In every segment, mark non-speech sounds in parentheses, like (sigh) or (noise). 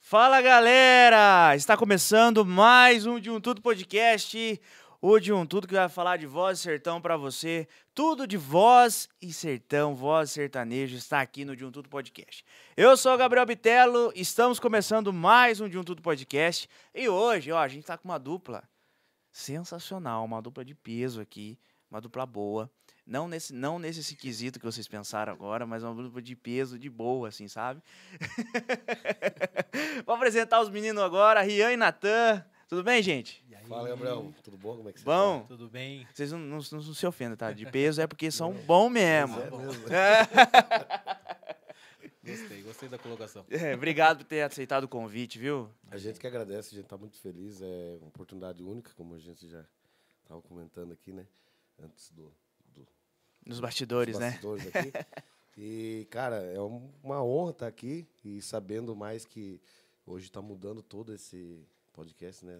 Fala galera! Está começando mais um De Um Tudo Podcast. O De Um Tudo que vai falar de voz e sertão para você. Tudo de voz e sertão, voz sertanejo está aqui no De Um Tudo Podcast. Eu sou o Gabriel Bitelo, estamos começando mais um De Um Tudo Podcast. E hoje, ó, a gente tá com uma dupla sensacional, uma dupla de peso aqui, uma dupla boa. Não nesse, não nesse esse quesito que vocês pensaram agora, mas uma dupla de peso, de boa, assim, sabe? Vou apresentar os meninos agora, Rian e Natan. Tudo bem, gente? E aí, Fala, Gabriel. Tudo bom? Como é que você Bom? Tudo bem? Vocês não, não- não se ofendam, tá? De peso é porque são bom tá? mesmo. É mesmo? Gostei, gostei da colocação. É, obrigado por ter aceitado o convite, viu? A gente que agradece, a gente tá muito feliz. É uma oportunidade única, como a gente já estava comentando aqui, né? Antes do, do, dos Nos bastidores, né? bastidores (laughs) aqui. E, cara, é um- uma honra estar aqui e sabendo mais que hoje tá mudando todo esse podcast, né?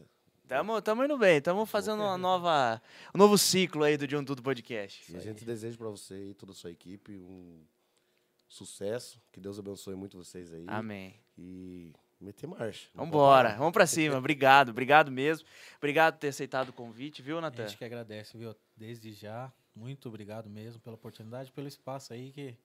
Tamo, tamo indo bem, tamo fazendo uma nova, um novo ciclo aí do De Um Tudo Podcast. E a gente deseja para você e toda a sua equipe um sucesso. Que Deus abençoe muito vocês aí. Amém. E meter marcha. Não Vambora, pode vamos pra cima. Obrigado, obrigado mesmo. Obrigado por ter aceitado o convite, viu, A Natan? gente que agradece, viu? Desde já, muito obrigado mesmo pela oportunidade, pelo espaço aí que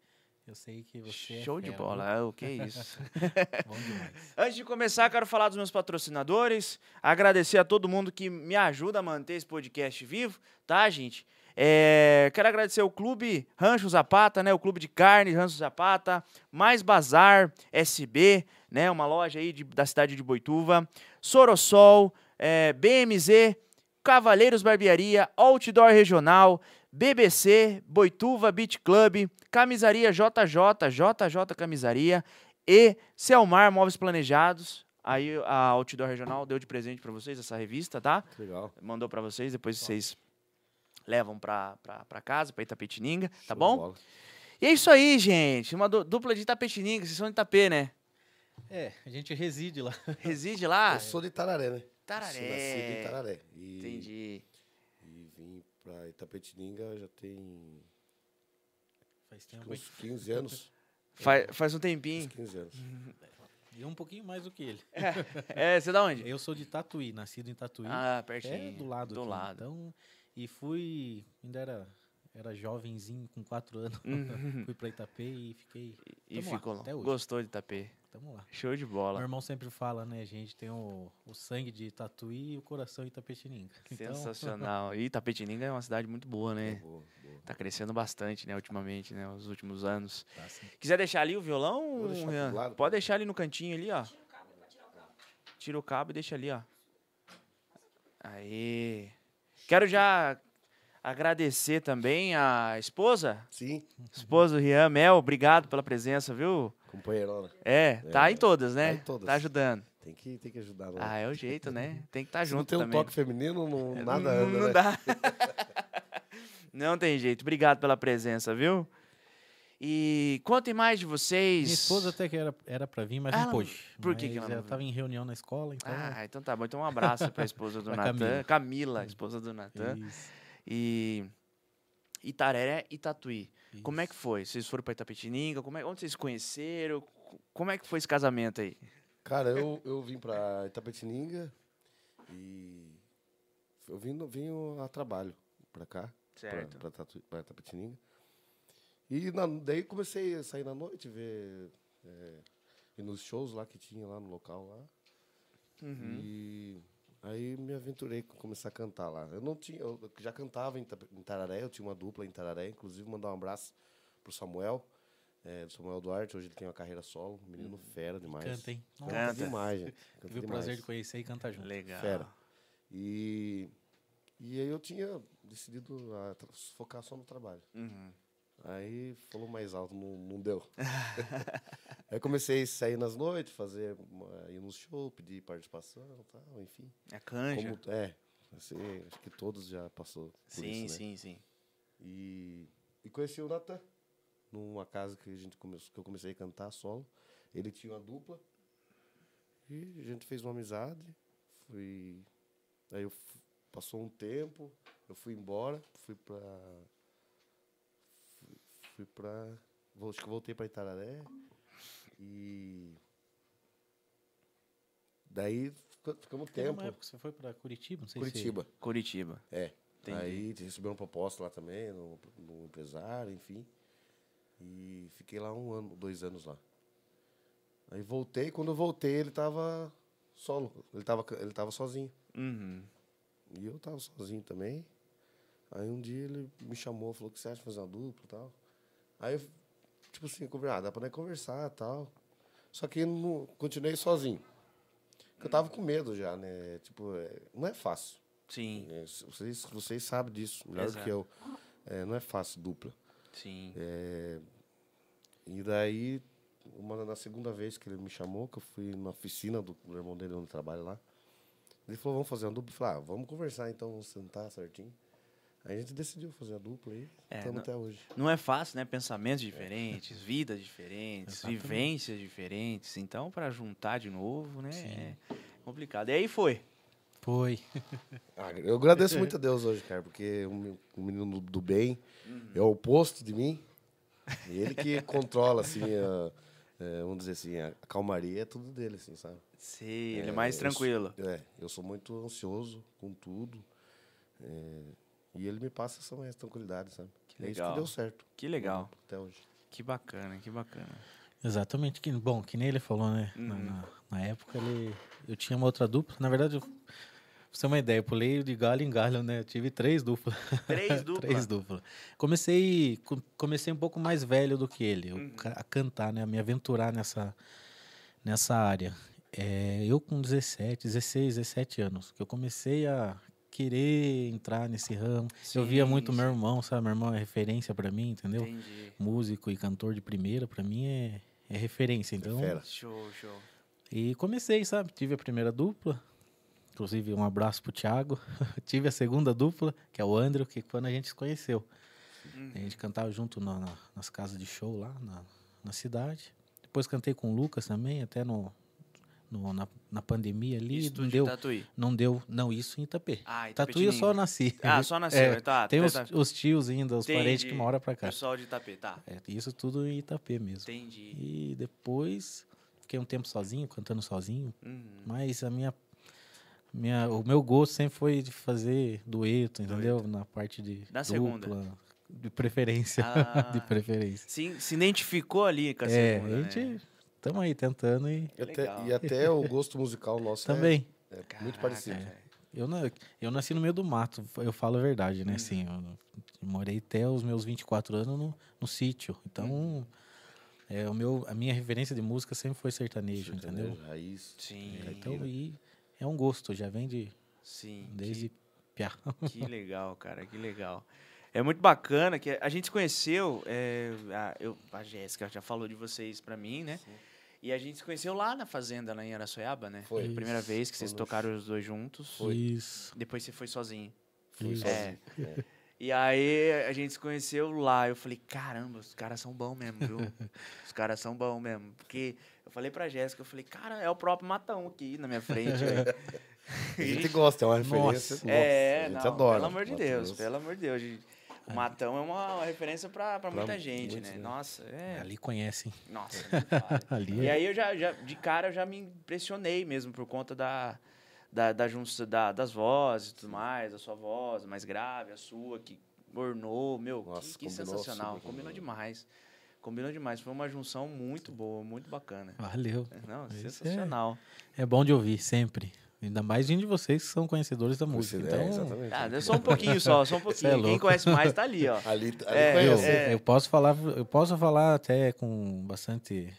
eu sei que você é Show de fera, bola, é, o que é isso. viu? Bom (laughs) demais. Antes de começar, quero falar dos meus patrocinadores, agradecer a todo mundo que me ajuda a manter esse podcast vivo, tá, gente? É, quero agradecer o Clube Rancho Zapata, né? O Clube de Carne Rancho Zapata, mais Bazar SB, né? Uma loja aí de- da cidade de Boituva, Sorosol, é, BMZ, Cavaleiros Barbearia, Outdoor Regional, BBC, Boituva Beach Club, Camisaria JJ, JJ Camisaria e Selmar Móveis Planejados. Aí a Outdoor Regional deu de presente pra vocês essa revista, tá? Que Legal. Mandou pra vocês, depois vocês levam pra, pra, pra casa, pra Itapetininga, tá Show de bom? bola. E é isso aí, gente. Uma du- dupla de Itapetininga, vocês são de Itapê, né? É, a gente reside lá. Reside lá? (laughs) Eu sou de Tararé, né? Sou nascido em Tararé. Tararé. E, Entendi. E vim pra Itapetininga já tem Faz acho que tempo. hein? uns 15 anos. Fa- faz um (laughs) Uns tempinho. 15 anos. E um pouquinho mais do que ele. É, você dá onde? Eu sou de Tatuí, nascido em Tatuí. Ah, pertinho. é do lado. Do aqui, lado. Então, e fui, ainda era, era jovenzinho, com quatro anos. (laughs) Uhum. fui pra Itapê e fiquei, E Tamo lá, ficou lá. até hoje. Gostou de Itapê. tamo lá. Show de Meu bola. irmão sempre fala, né, gente? Tem o, o sangue de Tatuí e o coração de Itapetininga. Então, É. Sensacional. E Itapetininga é uma cidade muito boa, né? Boa, boa. Tá crescendo bastante, né, ultimamente, né, nos últimos anos. tá assim. Quiser deixar ali o violão, Vou deixar aqui Renan? do lado. pode deixar ali no cantinho ali, ó. Tira o cabo e deixa ali, ó. Aí. Quero já agradecer também a esposa, Sim, esposa do Rian Mel, obrigado pela presença, viu? companheirona. É, tá É, em todas, né? tá em todas. Tá ajudando. Tem que, tem que ajudar. Não. Ah, é o jeito, né? Tem que estar tá Se junto não tem um também. toque feminino, não, É, nada não, anda, não né? dá. (laughs) não tem jeito. Obrigado pela presença, viu? E contem mais de vocês. Minha esposa tá até que era, era pra vir, mas Ah, não ela- pôde. por que que Mas ela não Ela veio? tava em reunião na escola, então... Ah, então tá bom. Então um abraço pra esposa do (laughs) Pra Natan. Camila. Camila. esposa do Natan. isso, E Itaré e Tatuí. Como é isso. que foi? Vocês foram pra Itapetininga? Como é... Onde vocês se conheceram? Co- Como é que foi esse casamento aí? Cara, eu, eu vim pra Itapetininga e eu vim, no- vim a trabalho pra cá. Certo. Pra, pra, Tatu- pra Itapetininga. E na- daí comecei a sair na noite, ver. é, ir nos shows lá que tinha lá no local lá. Uhum. E aí me aventurei com começar a cantar lá. Eu não tinha, eu já cantava em, Ta- em Tararé, eu tinha uma dupla em Tararé, inclusive mandar um abraço pro Samuel, é, do Samuel Duarte, hoje ele tem uma carreira solo, um menino fera demais. Hum. Canta, hein? Canta, Canta. demais, (laughs) gente. Canta Tive o prazer demais. de conhecer e cantar junto. Legal. Fera. E e aí eu tinha decidido a tra- focar só no trabalho. Uhum. Aí falou mais alto, não, não deu. aí comecei a sair nas noites, fazer uma- ir nos shows, pedir participação, tal, enfim. A canja. Como, é, você, acho que todos já passou por Sim, isso, né? sim, sim. E, e conheci o Natan numa casa que a gente começou, que eu comecei a cantar solo. Ele tinha uma dupla e a gente fez uma amizade. Fui, aí eu fu- passou um tempo, eu fui embora, fui pra fui, fui pra vou- acho que eu voltei pra Itararé e Daí fica- ficamos Teve tempo. uma época que você foi pra Curitiba, não sei Curitiba. Curitiba. É. Entendi. Aí recebi uma proposta lá também, no, no empresário, enfim. E fiquei lá um ano, dois anos lá. Aí voltei, quando eu voltei, ele tava solo. Ele tava, ca- ele tava sozinho. Uhum. E eu tava sozinho também. Aí um dia ele me chamou, falou o que você acha de fazer uma dupla e tal. Aí, eu, tipo assim, eu conversei, ah, dá pra nós conversar e tal. Só que eu não, continuei sozinho. Porque eu tava com medo já, né? Tipo, é, não é fácil. Sim, É, se- Vocês, vocês sabem disso, melhor do Exato. que eu. É, não é fácil, dupla. sim. E daí, uma, na segunda vez que ele me chamou, que eu fui na oficina do, do irmão dele, onde trabalha lá, ele falou, vamos fazer uma dupla. Eu falei, ah, vamos conversar então, vamos sentar certinho. Aí a gente decidiu fazer a dupla aí, É, estamos não- até hoje. Não é fácil, né? Pensamentos diferentes, vidas diferentes, Exatamente. vivências diferentes. Então, pra juntar de novo, né? Sim. É complicado. E aí foi. Foi. Ah, eu agradeço (laughs) muito a Deus hoje, cara, porque o me- o menino do, do bem Uhum. é o oposto de mim. E ele que controla, assim, a- é, vamos dizer assim, a a calmaria é tudo dele, assim, sabe? Sei, ele é mais eu tranquilo. sou- é, eu sou muito ansioso com tudo. é, e ele me passa essa mais tranquilidade, sabe? Que é isso legal. que deu certo. Hum, Que legal. Até hoje. Que bacana, que bacana. Exatamente. Que, bom, que nem ele falou, né? Na, Uhum. na- na época ele. Eu tinha uma outra dupla. Na verdade, eu, pra você ter uma ideia, eu pulei de galho em galho, né? Eu tive três duplas. (laughs) Três duplas. Três duplas. Comecei, co- comecei um pouco mais velho do que ele, eu Uhum. ca- a cantar, né, a me aventurar nessa, nessa área. É, eu com 17, 16, 17 anos, que eu comecei a querer entrar nesse ramo. eu via Sim, muito meu sim. irmão, sabe? Meu irmão é referência pra mim, entendeu? Entendi. Músico e cantor de primeira, pra mim é, é referência. Então, fera. Show, show. e comecei, sabe? Tive a primeira dupla. Inclusive, um abraço pro Thiago. (laughs) Tive a segunda dupla, que é o André, que quando a gente se conheceu. A gente cantava junto na- na- nas casas de show lá na, na cidade. Depois cantei com o Lucas também, até no, no- na, na pandemia ali. Estúdio não deu. Tatuí. Não deu. Não, isso em Itapê. tá- Ah, Tatuí eu Itapetininga. só nasci. Ah, (laughs) só nasceu. É, tá, Tem tá, os, tá. os tios ainda, os parentes que Entendi. moram pra cá. Pessoal de Itapê, tá. É, isso tudo em Itapê mesmo. Entendi. E depois fiquei um tempo sozinho, cantando sozinho. (laughs) Uhum. Mas a minha, minha, o meu gosto sempre foi de fazer dueto, entendeu? Na parte de Da dupla, segunda. de preferência, Ah. (laughs) de preferência. Se, se identificou ali com a é, segunda, a né? gente tamo aí tentando e Legal. Até- e até o gosto musical nosso é- também. é, muito Caraca, parecido. velho. Eu, na- eu nasci no meio do mato, eu falo a verdade, né? Assim, Uhum. eu, eu morei até os meus 24 anos no, no sítio. Então, Uhum. é, o meu, a minha referência de música sempre foi sertanejo, É entendeu? Sertanejo, Raiz. Sim, Então, e é um gosto, já vem de, é sim. desde piá. Que legal, cara, que legal. É muito bacana que a gente se conheceu, é, a, eu, a Jéssica já falou de vocês pra mim, né? E a gente se conheceu lá na fazenda, lá em Araçoiaba, né? Foi. a primeira Isso. vez que vocês Foi no- tocaram os dois juntos. (laughs) Isso. Depois você foi sozinho. Fui Isso. sozinho. É. E aí a gente se conheceu lá. Eu falei, caramba, os caras são bons mesmo, (laughs) viu? os caras são bons mesmo. Porque eu falei pra Jéssica, eu falei, cara, é o próprio Matão aqui na minha frente. velho." A gente gosta, é uma referência. Nossa. nossa, é, a gente não, adora. pelo amor de Nossa, Deus, pelo amor de Deus. gente. O Matão é uma, uma referência pra, pra Pra muita gente, muitos, né? né? Nossa, é. Ali conhecem. Nossa, nem fala. Ali E é- aí eu já, já- de cara, eu já me impressionei mesmo por conta da, da, da junção da- das vozes e tudo mais, a sua voz mais grave, a sua, que ornou, meu, que- Nossa, que, combinou sensacional, super, combinou combinou. demais. Combinou demais, foi uma junção muito boa, muito bacana. Valeu. Não, Isso é- sensacional. É bom de ouvir sempre. Ainda mais vindo de vocês que são conhecedores da Você- música. é, Então, exatamente. Ah, só um pouquinho só, só um pouquinho. Quem louco. conhece mais tá ali, ó. (laughs) Ali, ali É, eu, conhece. é. eu posso falar, eu posso falar até com bastante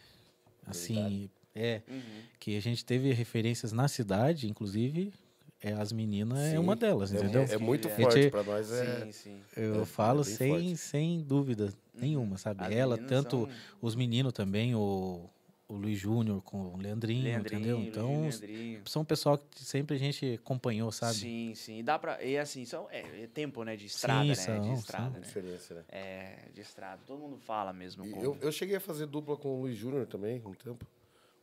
assim, é Uhum. que a gente teve referências na cidade, inclusive é, as meninas é Sim, uma delas, É, entendeu? mu- é muito É. forte Gente- pra nós. É, Sim, sim. eu é falo bem sem forte. Uhum. sem dúvida nenhuma, sabe? As Ela meninas tanto são os meninos também, o, o Luiz Júnior com o Leandrinho, Leandrinho, entendeu? Então, Leandrinho. são o pessoal que sempre a gente acompanhou, sabe? Sim, sim. E dá pra. E assim, são. É, é tempo, né? De estrada, né? de são, estrada, né? a diferença, né? É, de estrada. Todo mundo fala mesmo. E como- eu, eu cheguei a fazer dupla com o Luiz Júnior também, um tempo.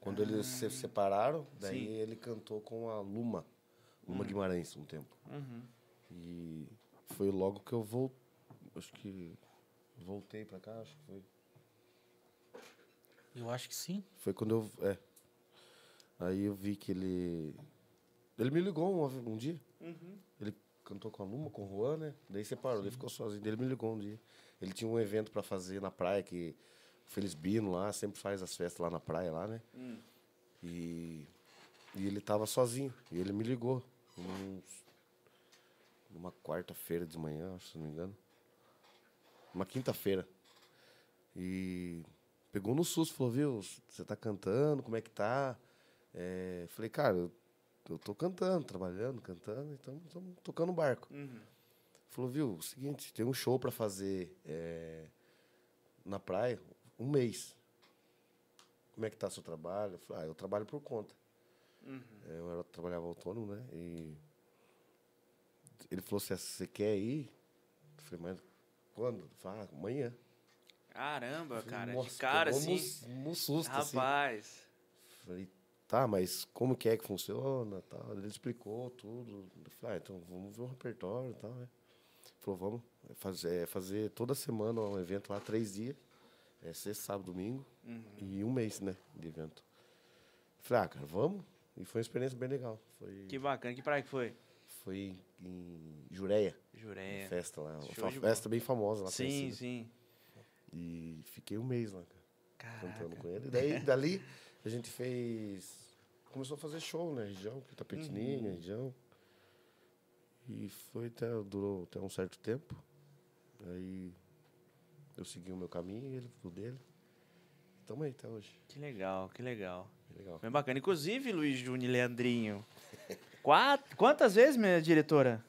Quando eles se separaram, daí Ah. Sim. Hum. ele cantou com a Luma, Luma Guimarães, um tempo. Uhum. E foi logo que eu voltei. Acho que voltei pra cá, acho que foi. Eu acho que sim. Foi quando eu. É. Aí eu vi que ele. Ele me ligou um, um dia. Ele cantou com a Luma, com o Juan, né? Daí separou, ele ficou sozinho. Daí ele me ligou um dia. Ele tinha um evento pra fazer na praia, que o Felizbino lá sempre faz as festas lá na praia, lá, né? E, e ele tava sozinho. E ele me ligou. num- numa quarta-feira de manhã, acho, se não me engano. Uma quinta-feira. E pegou no susto, falou, viu, você tá cantando, como é que tá? É, falei, cara, eu, eu tô cantando, trabalhando, cantando, então estamos tocando o barco. Falou, viu, o seguinte, tem um show pra fazer é, na praia, um mês. Como é que tá seu trabalho? Eu falei, ah, eu trabalho por conta. É, Eu era- trabalhava autônomo, né? E ele falou, "Cê- você quer ir? Eu falei, mas quando? Ele falou, ah, amanhã. Caramba, cara. Nossa, de cara, pegou assim. No, no susto, assim. Rapaz. Falei, tá, mas como que é que funciona? Tal. Ele explicou tudo. Eu falei, ah, então vamos ver o repertório e tal, né? Falou, vamos fazer, fazer toda semana um evento lá, três dias. É sexta, sábado, domingo. Uhum. E um mês, né, de evento. Falei, ah, cara, vamos. E foi uma experiência bem legal. Foi, Que bacana. Que praia que foi? foi em, em Jureia, uma Jureia. festa lá. Uma É. Show de bola. festa bem famosa lá. Sim, conhecida. sim. E fiquei um mês lá, cara cantando Caraca. com (laughs) ele. Daí, dali, a gente fez. Começou a fazer show na região, que tá Uhum. pequenininha, região. E foi até. durou até um certo tempo. Aí eu segui o meu caminho e ele o dele. Tamo aí até hoje. Que legal, que legal. É Legal. Bem bacana. Inclusive, Luiz Júnior e Leandrinho. (laughs) Quatro, quantas vezes, minha diretora?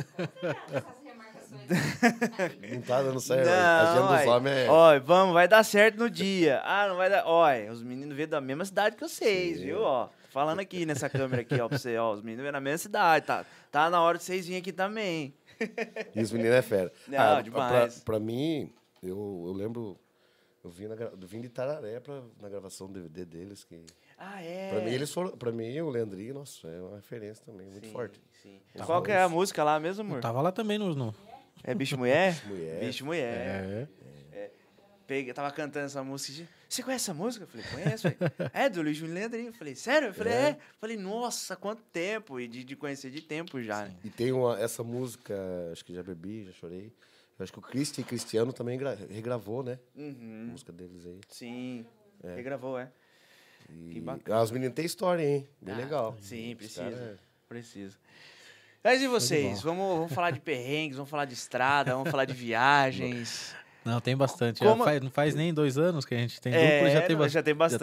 Essas remarcações. Não tá dando certo. a Não, agenda uai. dos homens é. Ó, vamos, vai dar certo no dia. Ah, não vai dar. Olha, os meninos vêm da mesma cidade que vocês, Sim. viu? Ó, tô falando aqui nessa câmera aqui, ó, pra você, ó. Os meninos vêm da mesma cidade, tá? Tá na hora de vocês virem aqui também. E os meninos é fera. Não, pra- demais. Pra, pra mim, eu, eu lembro. Eu vim, na, gra- eu vim de Tararé pra, na gravação do DVD deles. Que, Ah, é. Pra mim, eles foram. Pra mim, o Leandrinho, nossa, é uma referência também, muito Sim, forte. sim. Tá Qual bom. que é a música lá mesmo, Eu amor? tava lá também no. no- É Bicho Mulher? Mulher. Bicho Mulher. É. Peguei, tava cantando essa música. e disse, Você conhece essa música? Eu falei, conheço. velho." é, do Luiz Júnior Leandrinho. Eu falei, sério? Eu falei, é. Eu Falei, nossa, quanto tempo. E de, de conhecer de tempo já, né? E tem uma, essa música, acho que já bebi, já chorei. Eu acho que o Christian e Cristiano também gra- regravou, né? A Uhum. música deles aí. Sim. Regravou, é. E... Que bacana. Ah, os meninos têm história, hein? Bem Ah, legal. sim, Os é precisa. cara- Precisa. Mas e vocês? bola. Vamos, vamos falar de perrengues, vamos falar de estrada, vamos falar de (laughs) viagens. Não, tem bastante. Como- Já faz- não faz nem dois anos que a gente tem É, dupla, já não, tem já bastante. tem bastante.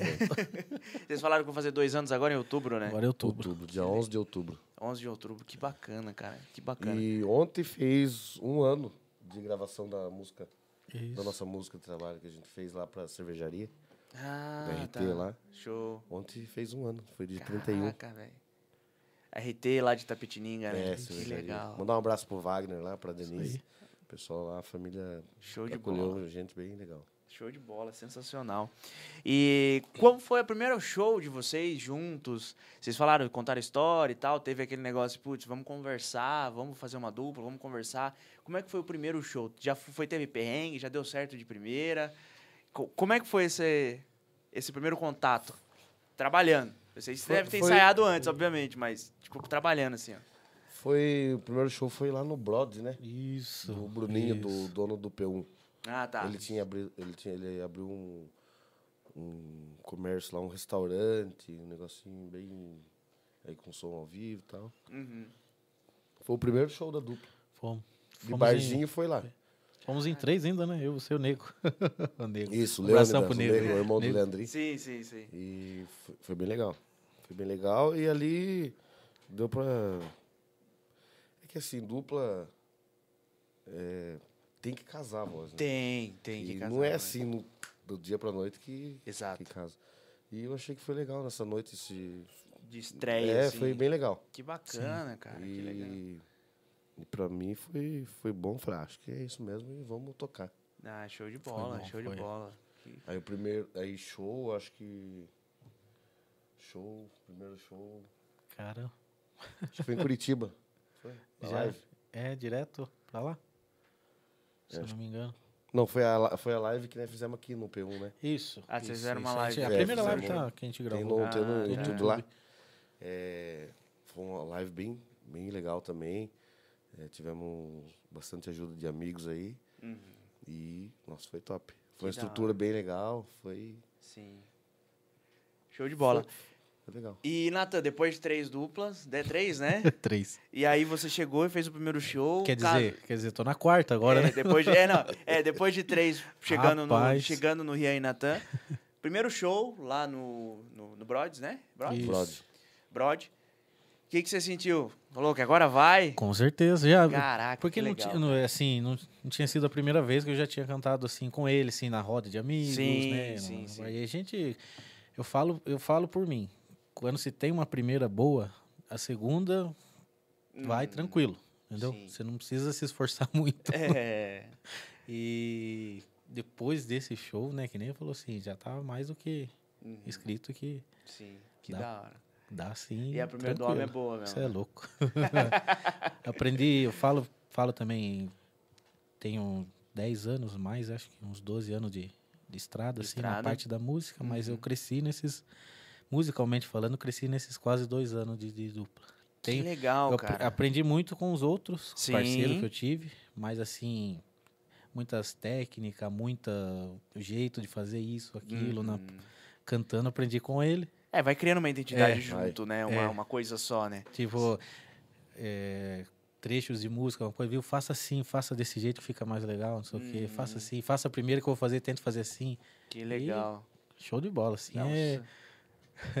né? Já tem um- Vocês falaram que vão fazer dois anos agora em outubro, né? Agora é outubro. Outubro, dia 11 de outubro. 11 de outubro. Que bacana, cara. Que bacana. E ontem fez um ano de gravação da música, da Isso. nossa música de trabalho que a gente fez lá pra cervejaria. Ah, da RT tá. lá. Show. Ontem fez um ano, foi de 31. Caraca, velho. RT lá de Tapetininga, né? É, que cervejaria. legal. Mandar um abraço pro Wagner lá, pra Denise. O pessoal lá, a família Show de acolheu bola. gente bem legal. Show de bola, sensacional. E qual foi o primeiro show de vocês juntos? Vocês falaram, contaram história e tal, teve aquele negócio, putz, vamos conversar, vamos fazer uma dupla, vamos conversar. Como é que foi o primeiro show? Já f- foi, teve perrengue, já deu certo de primeira? Co- Como é que foi esse, esse primeiro contato? Trabalhando. Vocês Foi- devem ter foi- ensaiado antes, obviamente, mas, tipo, trabalhando assim, ó. Foi, o primeiro show foi lá no Broad, né? Isso. O Bruninho, do isso. dono do P1. Ah, tá. Ele, tinha abri, ele, tinha, ele abriu um, um comércio lá, um restaurante, um negocinho bem... Aí com som ao vivo e tal. Uhum. Foi o primeiro show da dupla. Fomos, De fomos barzinho Em, foi lá. fomos em três ainda, né? Eu, você e o Nego. (laughs) o Nego. Isso, Um Leandro, abração o pro Nego. Negro, o irmão do Nego. Leandrinho. Sim, sim, sim. E foi, foi bem legal. Foi bem legal. E ali deu pra. É que assim, dupla. é, tem que casar a voz, né? Tem, tem que E casar, não é né? assim no- do dia pra noite que, Exato. que casa. E eu achei que foi legal nessa noite esse. De estreia, é, assim. foi bem legal. Que bacana, cara. e... Ah, Que legal. e pra mim foi, foi bom. Falei, ah, acho que é isso mesmo e vamos tocar. Ah, show de bola, bom, show foi. de bola. Aí o primeiro. Aí show, acho que. Show, primeiro show. Cara, Acho que foi em Curitiba. Foi? Na já live? é direto pra lá? Se eu não me engano. Não, foi a, la- foi a live que nós fizemos aqui no P1, né? Isso. Ah, vocês isso, fizeram isso. uma A gente- live. A É, primeira live fizemos. tá, que a gente Tem gravou. no, tem no Ah, tá. YouTube lá. É, foi uma live bem, bem legal também. É, tivemos bastante ajuda de amigos aí. E, nossa, foi top. Foi uma Uhum. Que da estrutura bem legal. Foi, Sim. Show de bola. foi legal. E, Nathan, depois de três duplas, de três, (laughs) né? Três. E aí você chegou e fez o primeiro show. Quer ca- dizer, quer dizer, tô na quarta agora, é, né? Depois de, é, não, (laughs) é, depois de três, chegando, no, Rapaz. chegando no Rian e (laughs) Natan. Primeiro show lá no, no, no Broads, né? Broad? Isso. Brother. é Broad. O que, que você sentiu? Falou que agora vai? Com certeza, já. Caraca, É Porque que não legal. tinha, não, assim, não, não tinha sido a primeira vez que eu já tinha cantado assim com ele, assim, na roda de amigos, Sim, né? sim, Não- sim. Aí a gente. Eu falo, eu falo por mim. Quando se tem uma primeira boa, a segunda vai Hum, tranquilo. Entendeu? sim. Você não precisa se esforçar (laughs) muito. É, E depois desse show, né, que nem ele falou assim, já tá mais do que Uhum. escrito que sim, que Dá. da hora. dá sim. E a primeira do tranquilo. homem é boa mesmo. Você é louco. (laughs) Aprendi, eu falo, falo também, tenho 10 anos mais, acho que uns 12 anos de, de estrada, De assim, na estrada. Uhum. parte da música, mas eu cresci nesses, musicalmente falando, cresci nesses quase dois anos de, de dupla. Que Tenho- legal, é eu apre- cara. aprendi muito com os outros parceiros Sim. que eu tive, mas assim, muitas técnicas, muita o jeito de fazer isso, aquilo, na- Uhum. cantando, aprendi com ele. É, vai criando uma identidade É, junto, né? Uma, É. uma coisa só, né? Tipo, é, trechos de música, uma coisa, viu? Faça assim, faça desse jeito que fica mais legal, não sei o quê. Uhum. Faça assim, faça primeiro que eu vou fazer, tento fazer assim. Que legal. um Show de bola, assim. É, (laughs)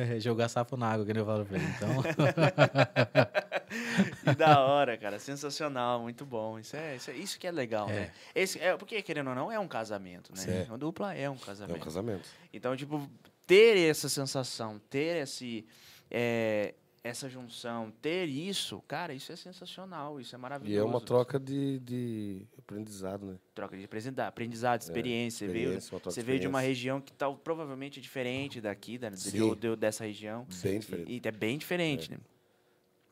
Nossa. é jogar sapo na água, que nem eu falo pra ele. Então, (laughs) Que da hora, cara. Sensacional, muito bom. Isso, é, isso, é- isso que é legal, né? Esse, é, porque, querendo ou não, é um casamento, né? Sim. Uma dupla é um É um casamento. casamento. Então, tipo, ter essa sensação, ter esse, é, essa junção, ter isso, cara, isso é sensacional, isso é maravilhoso. E é uma troca de, de aprendizado, né? Troca de aprendizado, aprendizado experiência. Você veio, Experiência, uma troca você de veio de uma experiência. região que tal, provavelmente é diferente daqui, da, Sim. do- do- dessa região. Bem diferente. E, e é bem diferente, né?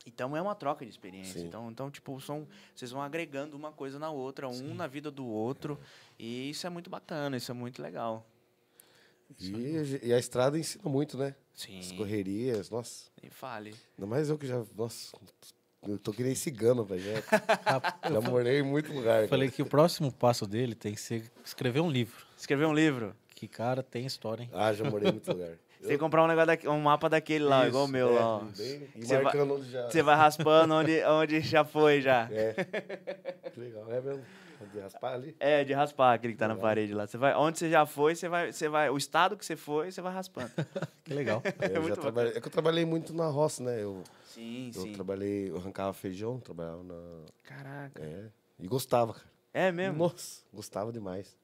Então é uma troca de experiência. Sim. Então, então, tipo, são, vocês vão agregando uma coisa na outra, um na vida do outro. E isso é muito bacana, isso é muito legal. E, a ge- e a estrada ensina muito, né? Sim. As correrias, nossa. E fale. Ainda mais eu que já. Nossa, eu tô que nem cigano, velho. Já, a- já morei em muito lugar. eu falei que o próximo passo dele tem que ser escrever um livro. Escrever um livro. Que cara tem história, hein? Ah, já morei em muito lugar. Você tem que comprar um, negócio daqui- um mapa daquele lá, igual o meu é, lá. ó. bem- e Você vai- marcando onde já. Você vai raspando onde, onde já foi, já. É. Que legal, é mesmo? Onde raspar ali? É, de raspar aquele que tá na parede lá. Você vai, onde você já foi, você vai, você vai. O estado que você foi, você vai raspando. (laughs) Que legal. É, muito eu já bacana. trabalhei- é que eu trabalhei muito na roça, né? Eu, Sim, eu sim. trabalhei, eu arrancava feijão, trabalhava na. Caraca. É. E gostava, cara. É mesmo? Nossa, gostava demais.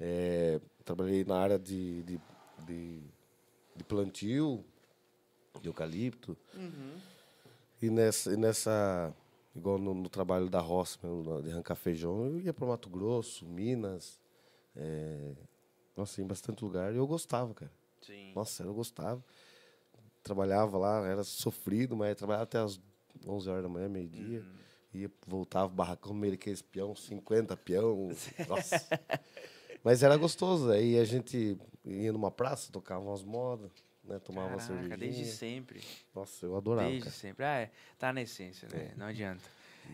É, trabalhei na área de, de, de, de plantio, de eucalipto. E nessa, e nessa igual no, no trabalho da roça, mesmo, na- de arrancar feijão, eu ia para Mato Grosso, Minas, é, nossa, em bastante lugar. E eu gostava, cara. Sim. Nossa, eu gostava. Trabalhava lá, era sofrido, mas trabalhava até as 11 horas da manhã, meio-dia. Uhum. Ia, voltava, barracão, meio que peão, 50 (laughs) peão. Nossa. mas era gostoso. Aí a gente ia numa praça, tocava umas modas, né? Tomava uma Caraca, cervejinha. desde sempre. Nossa, eu adorava, desde cara. É. sempre. Ah, é. Tá na essência, né? Não adianta.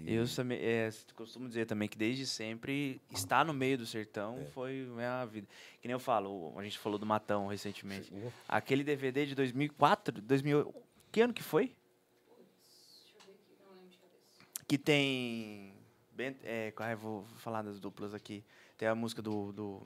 E- Eu também, é, costumo dizer também que desde sempre estar no meio do É. sertão foi a vida. Que nem eu falo, o- a gente falou do Matão recentemente. Chegou. Aquele DVD de 2004, 2000, que ano que foi? Que tem. Ben, é, qual é, vou falar das duplas aqui. Tem a música do, do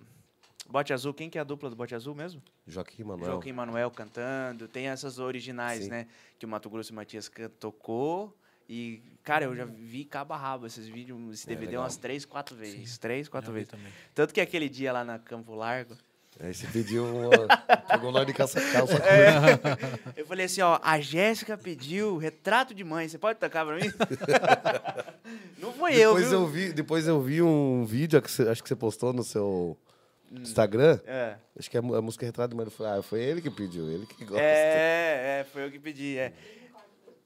Bote Azul. Quem que é a dupla do Bote Azul mesmo? Joaquim Manuel. Joaquim Manuel cantando. Tem essas originais, Sim. né? Que o Mato Grosso e Matias can- tocou. E, cara, eu já vi cabo a rabo esses vídeos, esse É, DVD legal. umas três, quatro vezes. Três, quatro Já vi vezes. também. Tanto que aquele dia lá na Campo Largo, Aí você (laughs) pediu É, uma. pegou lá de caça-calça. É, eu falei assim, ó, a Jéssica pediu retrato de mãe, você pode tocar pra mim? (laughs) Não foi eu, Depois viu? eu, vi, depois eu vi um vídeo, que você- acho que você postou no seu Instagram. É. Acho que é mu- a música é retrato, mas ele falou, ah, foi ele que pediu, ele que gosta. É, é, foi eu que pedi, é.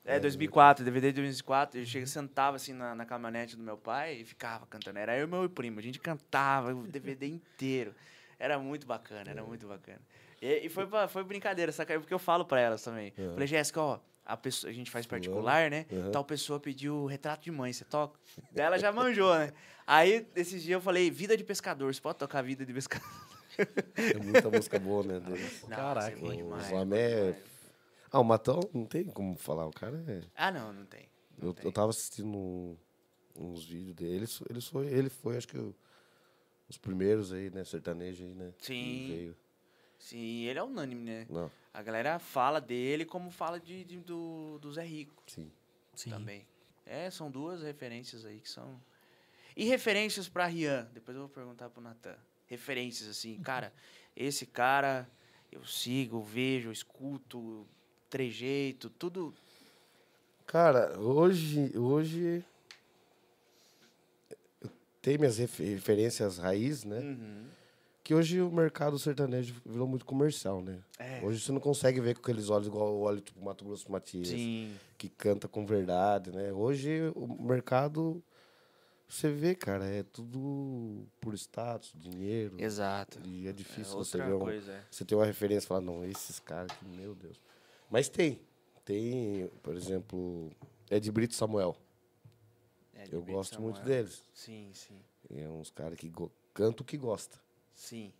É, 2004, DVD de 2004. Eu chega, sentava assim na, na caminhonete do meu pai e ficava cantando. Era eu e meu primo, a gente cantava o DVD inteiro. Era muito bacana, era muito bacana. E, e foi, pra- foi brincadeira, saca? Porque eu falo pra elas também. Falei, Jéssica, ó, a, pessoa, a gente faz particular, né? É. Aham. Tal pessoa pediu o retrato de mãe, você toca? Daí ela já manjou, né? Aí, esses dias eu falei, vida de pescador, você pode tocar vida de pescador? É muita música boa, né? Do... Nossa, é Caraca, bom hein? demais. o Lamé. Ah, o Matão não tem como falar, o cara é. Ah, não, não tem. Não Eu, tem. eu tava assistindo um- uns vídeos dele. Ele, so- ele foi, ele foi, acho que o- os primeiros aí, né? Sertanejo aí, né? que Sim. veio. Sim, ele é unânime, né? Não, A galera fala dele como fala de, de- do, do Zé Rico sim. Sim. também. É, são duas referências aí que são. E referências pra Rian? Depois eu vou perguntar pro Natan. Referências, Uhum. assim, cara, esse cara eu sigo, vejo, escuto, trejeito, tudo. Cara, hoje. hoje eu tenho minhas refe- referências raiz, né? Uhum. Que hoje o mercado sertanejo virou muito comercial, né? É. Hoje você não consegue ver com aqueles olhos igual o óleo tipo Mato Grosso Matias. Sim. que canta com verdade, né? Hoje o mercado você vê, cara, é tudo por status, dinheiro. Exato. E é É difícil você ver outra um, coisa. é. você tem uma referência e falar, não, esses caras aqui, meu Deus. Mas tem. Tem, por exemplo, Ed Brito e Samuel. É, de Eu Brito gosto Samuel. muito deles. Sim, sim. É uns caras que go- canta o que gosta. Sim.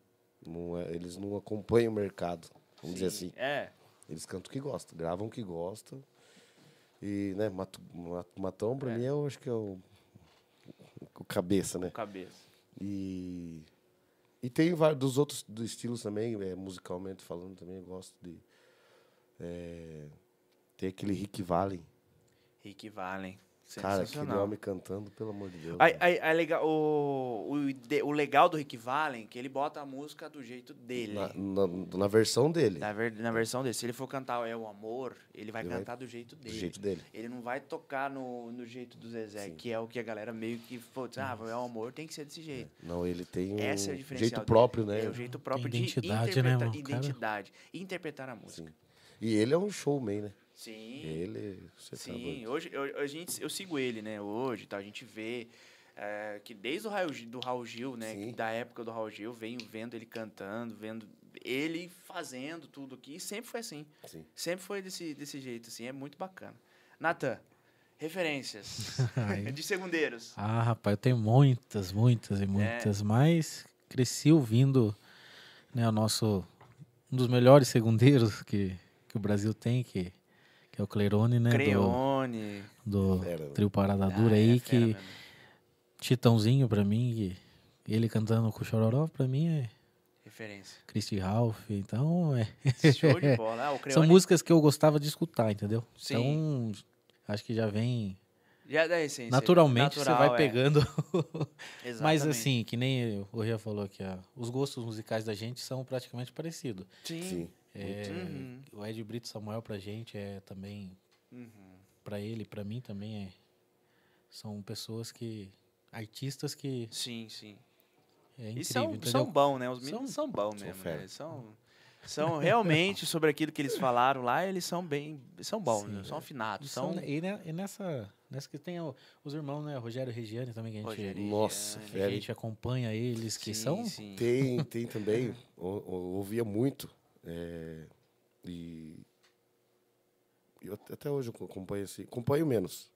Não é- eles não acompanham o mercado, vamos dizer sim. assim. É. Eles cantam o que gostam, gravam o que gostam. E, né, Mato- Mato- Matão, pra mim, eu acho que é o, o cabeça, né? Com cabeça. E, e tem vários dos outros do estilos também, é, musicalmente falando também, eu gosto de. é, tem aquele Rick Valen. Rick Valen. Cara, aquele Sensacional. homem cantando, pelo amor de Deus. Aí, cara. aí- aí legal, o, o, ide- o legal do Rick Valen é que ele bota a música do jeito dele. na, Na, na, na versão dele. ver- na versão dele. Se ele for cantar É o Amor, ele vai Ele vai- cantar do jeito do dele. jeito dele. Ele não vai tocar no, no jeito do Zezé, Sim. que é o que a galera meio que. Putz, ah, É o Amor tem que ser desse jeito. Não, ele tem um Essa é a diferença. jeito próprio, É né? o jeito próprio identidade, de né, interpretar, mano? O cara- identidade. Interpretar a música. Sim. E ele é um showman, né? Sim. Ele, você tá doido. Sim, hoje eu, a gente, eu sigo ele, né? Hoje, tá, a gente vê é, que desde o Raul, Gi- do Raul Gil, né? Sim. Da época do Raul Gil, venho vendo ele cantando, vendo ele fazendo tudo aqui. E sempre foi assim. Sim. Sempre foi desse, desse jeito, assim. É muito bacana. Natan, referências (laughs) Aí. de segundeiros. Ah, rapaz, eu tenho muitas, muitas e É. muitas, mas cresci ouvindo né, o nosso, um dos melhores segundeiros que, que o Brasil tem, que, que é o Clerone, né? Creone. Do, do Fera, né? trio Parada Ah, Dura é aí, fera que mesmo. Titãozinho pra mim, que ele cantando com o Chororó, pra mim é (laughs) Referência. Christy Ralph, então é... Show de bola. Ah, o São Creone músicas que eu gostava de escutar, entendeu? Sim. Então, acho que já vem... já dá essência. Naturalmente você Natural, vai é. pegando (laughs) Mas Exatamente. assim, que nem o Ria falou aqui, ó, os gostos musicais da gente são praticamente parecidos. Sim. Sim. É, Uhum. O Ed Brito Samuel pra gente é também, Uhum. pra ele, pra mim também é. São pessoas que. artistas que. Sim, sim. É E incrível, são, entendeu? são bons, né? Os São- meninos são, bons são mesmo. fera. né? Eles são, são realmente sobre aquilo que eles falaram lá, eles são bem. São bons, Sim, né? é. são afinados. São- São, E, ne- e nessa, nessa que tem o- os irmãos, né? Rogério e Regiane também, que a gente, Rogério e Nossa, Regiane. que a velho. gente acompanha eles, que sim, são. Sim. Tem, tem também. ou- ou- ouvia muito. é, e eu at- até hoje eu acompanho assim. Acompanho menos.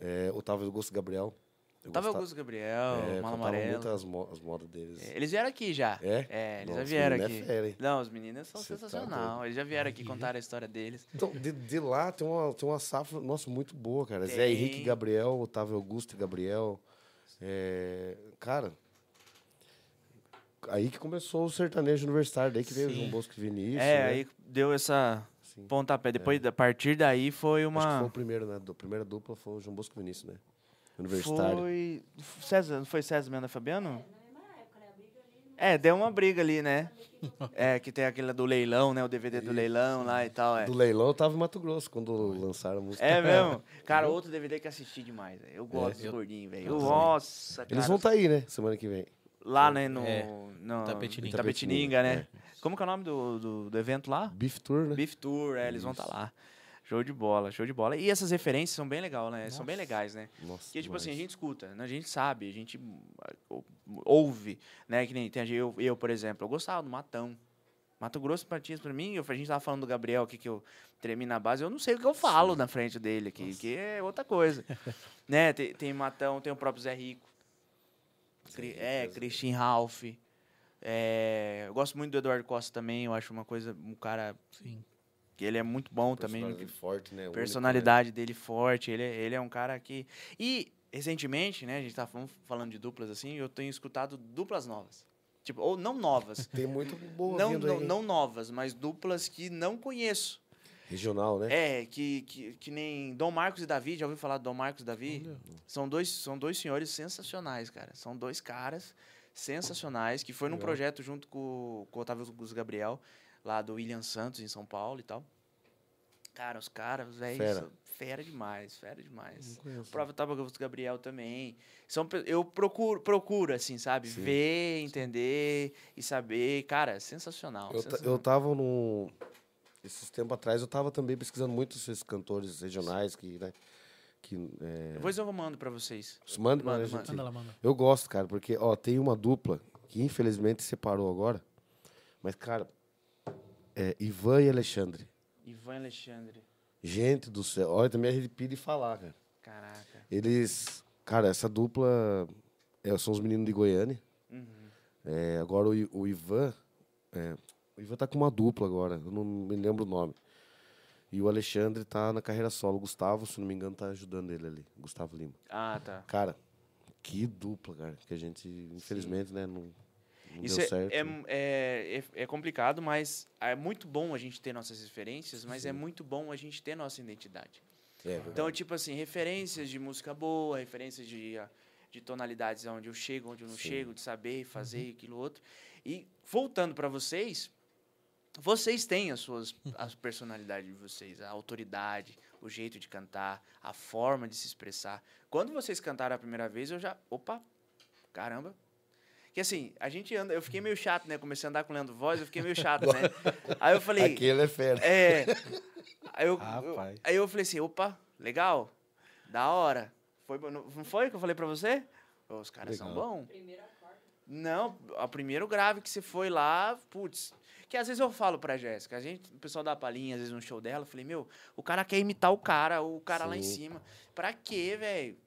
É, Otávio Augusto Gabriel. Eu Tava gostava- Augusto Gabriel, é, Malo cantava muito Amarelo. as, mo- as modas deles. É, Eles vieram aqui já. É? eles Nossa, já vieram menino é aqui. fera, hein? Não, os meninos são Cê tá sensacional. doido. eles já vieram aqui Aí. contar a história deles. Então, de, de lá tem uma, tem uma safra, nossa, muito boa, cara. Zé Tem. Henrique e Gabriel, Otávio Augusto e Gabriel. É, cara, aí que começou o sertanejo universitário, daí que veio o Sim. João Bosco e Vinícius. é, né? aí deu essa Assim. pontapé. Depois, da- a partir daí foi Acho que foi uma. o primeiro, né? A primeira dupla foi o João Bosco e Vinícius, né? Universitário. Foi. César, não foi César Mena Fabiano? É, Na mesma época, né? A briga ali. É, deu uma briga ali, né? (laughs) É, que tem aquela do leilão, né? O DVD do leilão lá e tal, é. Do leilão eu tava em Mato Grosso quando lançaram a música. É mesmo? Cara, outro DVD que assisti demais, velho. Eu gosto do eu- gordinho, velho. eu também. Nossa, cara. (laughs) Eles vão estar aí, né? Semana que vem. Lá, né, no... É, no- Tapetininga. Tapetininga, né? Como que é o nome do, do, do evento lá? Beef Tour, né? Beef Tour, é, eles vão estar lá. Show de bola, show de bola. E essas referências são bem legal, né? São bem Nossa. legais, né? Nossa, Porque, tipo demais. assim, a gente escuta, né? a gente sabe, a gente ah, ou- ouve, né? Que nem tem, a gente- eu, eu, por exemplo, eu gostava do Matão. Mato Grosso Partidas pra mim, eu, a gente tava falando do Gabriel aqui que eu tremi na base, eu não sei o que eu falo na frente dele aqui, que é outra (laughs) coisa. né? Tem, tem Matão, tem o próprio Zé Rico. Cri- Rico, é, Zé Rico. Christian Ralph. É, eu gosto muito do Eduardo Costa também, eu acho uma coisa, um cara Sim. que ele é muito bom também. no que- Personalidade forte, né? Único, né? personalidade dele forte, ele, é- ele é um cara que... E, recentemente, né, a gente tá falando, falando de duplas assim, eu tenho escutado duplas novas. Tipo, ou não (laughs) novas. Tem muito boa não, vindo não, aí. hein? não novas, mas duplas que não conheço. Regional, né? É, que, que, que nem Dom Marcos e Davi, já ouviu falar do Dom Marcos e Davi? Olha. São dois, são dois senhores sensacionais, cara. São dois caras sensacionais, que foi num Legal. projeto junto com, com o Otávio Gus Gabriel, lá do William Santos, em São Paulo e tal. Cara, os caras, velho, Fera. são fera demais, fera demais. conheço. O próprio Otávio Gus Gabriel também. São, pe- eu procuro, procuro, assim, sabe? Sim. Ver, entender e saber. Cara, sensacional. Eu, ta- sensacional. eu tava no. Esses tempos atrás, eu tava também pesquisando muito esses cantores regionais que, né? Que, é, Depois eu mando pra vocês. manda, manda, Manda, a né, gente- Manda lá, manda. Eu gosto, cara, porque, ó, tem uma dupla que infelizmente separou agora. Mas, cara, é Ivan e Alexandre. Ivan Alexandre. Gente do céu. Olha, também arrepio de falar, cara. Caraca. Eles. Cara, essa dupla. é, são os meninos de Goiânia. Uhum. É, agora o, I- o Ivan. é, o Ivan tá com uma dupla agora, eu não me lembro o nome. E o Alexandre tá na carreira solo. O Gustavo, se não me engano, tá ajudando ele ali. Gustavo Lima. Ah, tá. Cara, que dupla, cara. Que a gente, infelizmente, né, não, não Isso deu é, certo. é, né? é, é- é complicado, mas é muito bom a gente ter nossas referências, mas é muito bom a gente ter nossa identidade. É, Então, tipo assim, referências de música boa, referências de, ah, de tonalidades onde eu chego, onde eu não Sim. Uhum. chego, de saber, fazer aquilo outro. E voltando para vocês, vocês têm as suas Hum. a personalidade de vocês, a autoridade, o jeito de cantar, a forma de se expressar. Quando vocês cantaram a primeira vez, eu já, opa, caramba. Que assim, a gente anda, eu fiquei meio chato, né? Comecei a andar com o Leandro Voz, eu fiquei meio chato, né? Aí eu falei, Aquele é fera. é. Aí eu, Rapaz. eu- aí eu falei assim, opa, legal, da hora. Foi, bom, não não foi que eu falei pra você? Ô, Os caras são Legal. bons. Primeiro acorde. Não, o primeiro grave que você foi lá, putz. Que às vezes eu falo pra Jéssica, a gente, o pessoal dá palhinha, às vezes no show dela, eu falei, meu, o cara quer imitar o cara, o cara lá em Sim. É. cima. Pra quê, velho?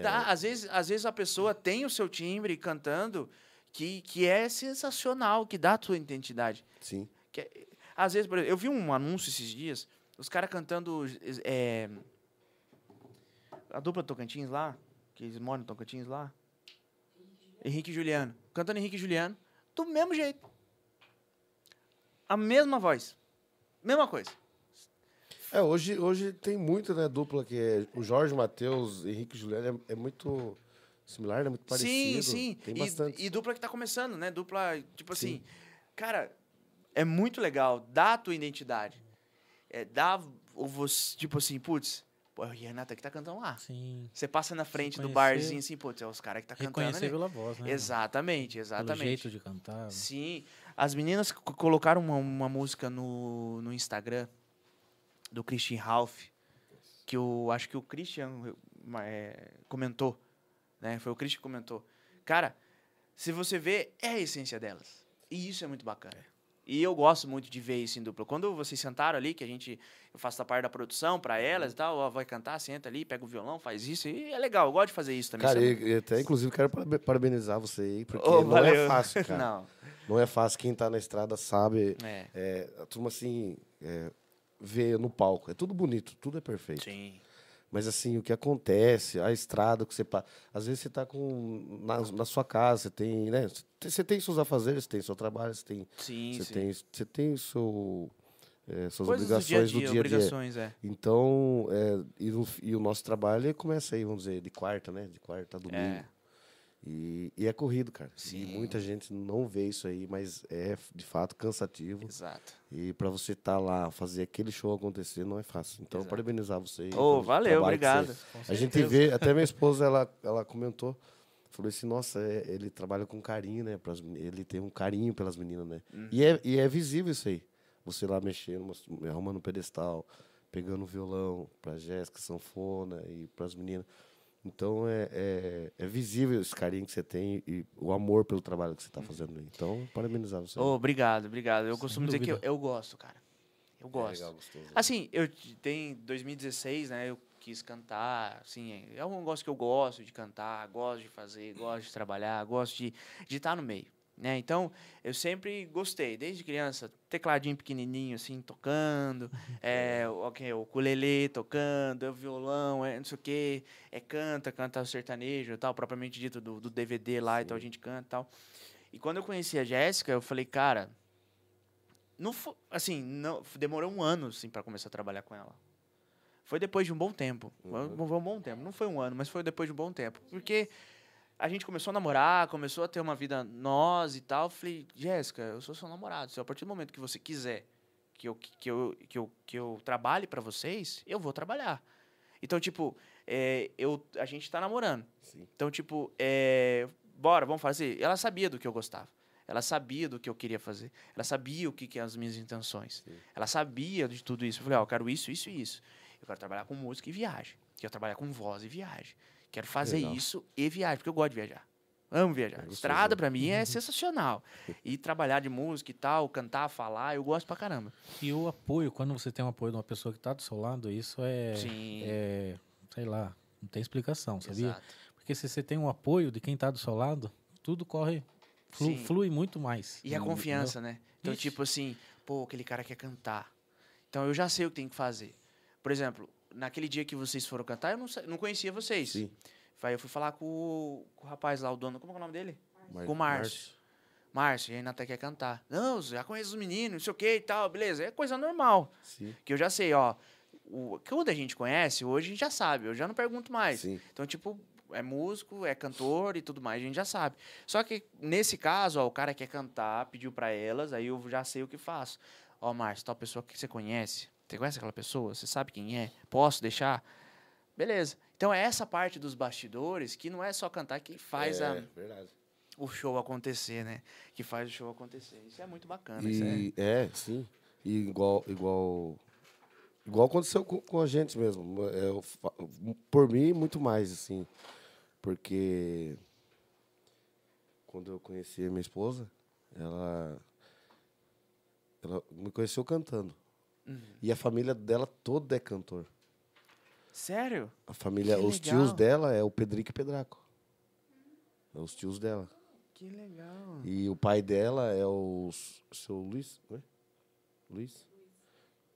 Dá- às, vezes, às vezes a pessoa tem o seu timbre cantando que, que é sensacional, que dá a tua identidade. Sim. Que- às vezes, por exemplo, eu vi um anúncio esses dias, os caras cantando. é, a dupla Tocantins lá, que eles moram em Tocantins lá. Henrique e Juliano. Cantando Henrique e Juliano, do mesmo jeito. A mesma voz. Mesma coisa. É, hoje, hoje tem muito, né, dupla que é o Jorge Matheus, Henrique e Juliano é, é muito similar, né, muito Sim, parecido. sim. Tem E- bastante. E, dupla que tá começando, né? Dupla, tipo assim. Sim. Cara, é muito legal. Dá a tua identidade. É, dá. Ou você, tipo assim, putz, pô, é o Renata que tá cantando lá. Sim. Você passa na frente do Reconhecer- barzinho assim, putz, é os caras que tá cantando Reconhecer ali. pela voz, né? mano? Exatamente, exatamente. Pelo jeito de cantar. né? Sim. As meninas co- colocaram uma, uma música no, no Instagram do Christian Ralph, que eu acho que o Christian eh, comentou, né? Foi o Christian que comentou. Cara, se você vê, é a essência delas. E isso é muito bacana. E eu gosto muito de ver isso em dupla. Quando vocês sentaram ali, que a gente, eu faço a parte da produção pra elas e tal, ó, vai cantar, senta ali, pega o violão, faz isso, e é legal, eu gosto de fazer isso também. Cara, sabe? e, e até inclusive quero parabe- parabenizar você aí, porque Ô, não valeu. (laughs) é fácil, cara. Não. Não, é fácil. Quem tá na estrada sabe. é. é, a turma assim é, vê no palco. É tudo bonito, tudo é perfeito. Sim. Mas assim, o que acontece, a estrada que você passa. Às vezes você tá com. Na, na sua casa, você tem, né? Você tem seus afazeres, você tem seu trabalho, você tem. Sim, Você sim. tem, você tem seu, é, suas Coisas obrigações do dia a dia. Obrigações, é. Então, é, e, no- e o nosso trabalho ele começa aí, vamos dizer, de quarta, né? De quarta a domingo. É. E, e é corrido, cara. Sim. E muita gente não vê isso aí, mas é de fato cansativo. Exato. E para você estar lá, fazer aquele show acontecer, não é fácil. Então, Exato. parabenizar você. aí Ô, pelo valeu, um trabalho que você- obrigado. A gente vê, até minha esposa, ela, ela comentou, falou assim, nossa, é, ele trabalha com carinho, né? pras meni- ele tem um carinho pelas Uhum. meninas, né? E, é, e é visível isso aí. Você lá mexendo, mas- arrumando um pedestal, pegando violão pra Jéssica, sanfona e pras meninas. Então é, é, é visível esse carinho que você tem e o amor pelo trabalho que você tá fazendo. Então, parabenizar você. Uhum. Ô, obrigado, obrigado. Eu costumo dizer que eu, dúvida. eu gosto, cara. Eu É gosto. legal, gostoso. Assim, eu t- tem 2016, né? Eu quis cantar, assim, é um negócio que eu gosto de cantar, gosto de fazer, gosto de trabalhar, gosto de de estar no meio, né? Então, eu sempre gostei, desde criança, tecladinho pequenininho assim (laughs) tocando, é, o ok, o ukulele tocando, é o violão, é não sei o quê, é canta, canta sertanejo, e tal, propriamente dito do, do DVD lá e tal, a gente canta e tal. E quando eu conheci a Jéssica, eu falei, cara, não fo- assim, não, f- demorou um ano assim para começar a trabalhar com ela. Foi depois de um bom tempo. Foi um- Foi um bom tempo. Não foi um ano, mas foi depois de um bom tempo. Porque a gente começou a namorar, começou a ter uma vida nós e tal. Falei, Jéssica, eu sou seu namorado. Se a partir do momento que você quiser que eu, que eu, que eu, que eu trabalhe para vocês, eu vou trabalhar. Então, tipo, é, eu, a gente tá namorando. Sim. Então, tipo, é, bora, vamos fazer. Ela sabia do que eu gostava. Ela sabia do que eu queria fazer. Ela sabia o que, que eram as minhas intenções. Ela sabia de tudo isso. Eu falei, ó, eu quero isso, isso e isso. Eu quero trabalhar com música e viagem. Quero trabalhar com voz e viagem. Quero fazer Legal. isso e viagem, porque eu gosto de viajar. Amo viajar. gostoso, Estrada, né? pra mim, (laughs) é sensacional. E trabalhar de música e tal, cantar, falar, eu gosto pra caramba. E o apoio, quando você tem o apoio de uma pessoa que tá do seu lado, isso é. Sim. é, sei lá, não tem explicação, sabia? Exato. Porque se você tem o apoio de quem tá do seu lado, tudo corre. flu- Sim. flui muito mais. E a Não- confiança, né? Então, Ixi. tipo assim, pô, aquele cara quer cantar. Então eu já sei o que tem que fazer. Por exemplo, naquele dia que vocês foram cantar, eu não, sa- não conhecia vocês. Sim. Aí eu fui falar com o, com o rapaz lá, o dono, como é, que é o nome dele? Mar- com o Márcio. Márcio, e aí até quer cantar. Não, já conheço os meninos, não sei o que e tal, beleza. É coisa normal. Sim, Que eu já sei, ó. O, quando a gente conhece, hoje a gente já sabe, eu já não pergunto mais. sim. Então, tipo, é músico, é cantor e tudo mais, a gente já sabe. Só que nesse caso, ó, o cara quer cantar, pediu pra elas, aí eu já sei o que faço. Ó, Márcio, tal pessoa que você conhece, você conhece aquela pessoa? Você sabe quem é? Posso deixar? Beleza. Então é essa parte dos bastidores que não é só cantar que faz é, a- verdade. o show acontecer, né? Que faz o show acontecer. Isso é muito bacana. Isso é... E, é. sim. E igual, igual, igual aconteceu com, com a gente mesmo. É, eu fa- por mim, muito mais, assim. Porque quando eu conheci a minha esposa, ela, ela me conheceu cantando. Uhum. E a família dela toda é cantor. Sério? A família, Que legal. os tios dela é o Pedrico e Pedraco. É os tios dela. Que legal. E o pai dela é o s- seu Luiz. Oi? Luiz?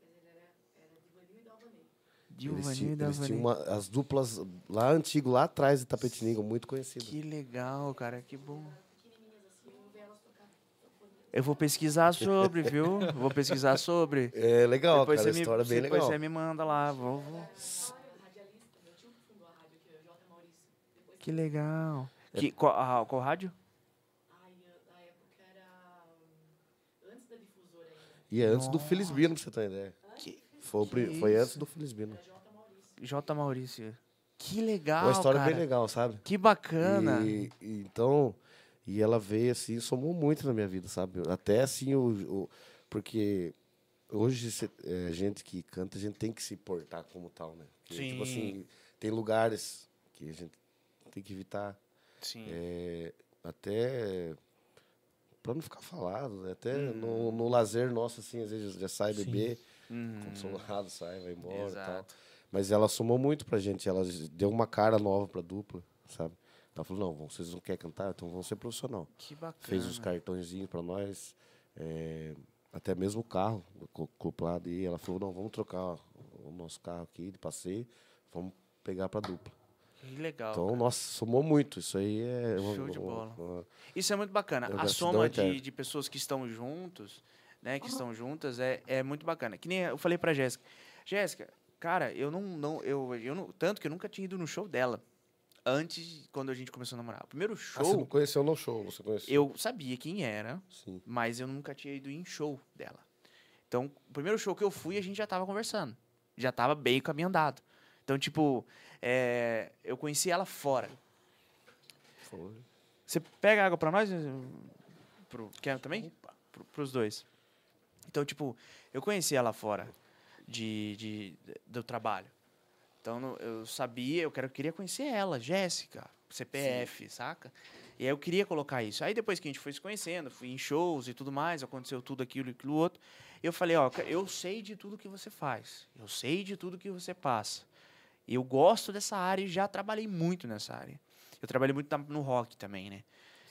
Eles, ti- Dilvanil e eles Davanil. tinham uma- as duplas lá antigo, lá atrás de Tapetininga, muito conhecido. Que legal, cara, que bom. Eu vou pesquisar sobre, viu? Vou pesquisar (laughs) sobre. É legal, depois cara, você a me, história é bem depois legal. você me manda lá. Vou, vou. Que legal. É. Que, qual, ah, qual rádio? E é antes do Felizbino, pra você ter uma ideia. Que- Foi, o pri- que foi isso? antes do Felizbino. J. Maurício. Que legal, uma história cara. bem legal, sabe? Que bacana. E, e então, e ela veio assim, somou muito na minha vida, sabe? Até assim, o, o- porque hoje cê- é, gente que canta, a gente tem que se portar como tal, né? Porque, Tipo Sim. assim, tem lugares que a gente tem que evitar, Sim. é, até para não ficar falado, né? até Hum. no, no lazer nosso, assim, às vezes já sai beber, consolado, sai, vai embora e tal. Uhum. Exato. Mas ela somou muito pra gente, ela deu uma cara nova pra dupla, sabe? Ela falou, não, vocês não querem cantar, então vão ser profissional. Que bacana. Fez os cartõezinhos pra nós, é, até mesmo o carro co- acoplado. E ela falou, não, vamos trocar o nosso carro aqui de passeio, vamos pegar pra dupla. Que legal. Então, nossa, somou muito. Isso aí é... uma- Show de uma- bola. uma- Isso é muito bacana. Eu um A gratidão soma de, eterna. de pessoas que estão juntos, né? Que estão juntas é, é muito bacana. Que nem eu falei pra Jéssica. Jéssica, cara, eu não, não, eu, eu não. Tanto que eu nunca tinha ido no show dela. Antes, quando a gente começou a namorar. O primeiro Ah, você não show, conheceu no show, você conheceu. eu sabia quem era, Sim. mas eu nunca tinha ido em show dela. Então, o primeiro show que eu fui, a gente já tava conversando. Já tava bem caminho andado. Então, tipo, é, eu conheci ela fora. Foi. Você pega água pra nós? Pro, quer também? Pro, pros dois. Então, tipo, eu conheci ela fora. de, de- do trabalho. Então no- eu sabia, eu quero, queria conhecer ela, Jéssica, CPF, saca? E aí eu queria colocar isso. Aí depois que a gente foi se conhecendo, fui em shows e tudo mais, aconteceu tudo aquilo e aquilo outro. Eu falei, ó, ca- eu sei de tudo que você faz, eu sei de tudo que você passa. Eu gosto dessa área e já trabalhei muito nessa área. Eu trabalhei muito na- no rock também, né?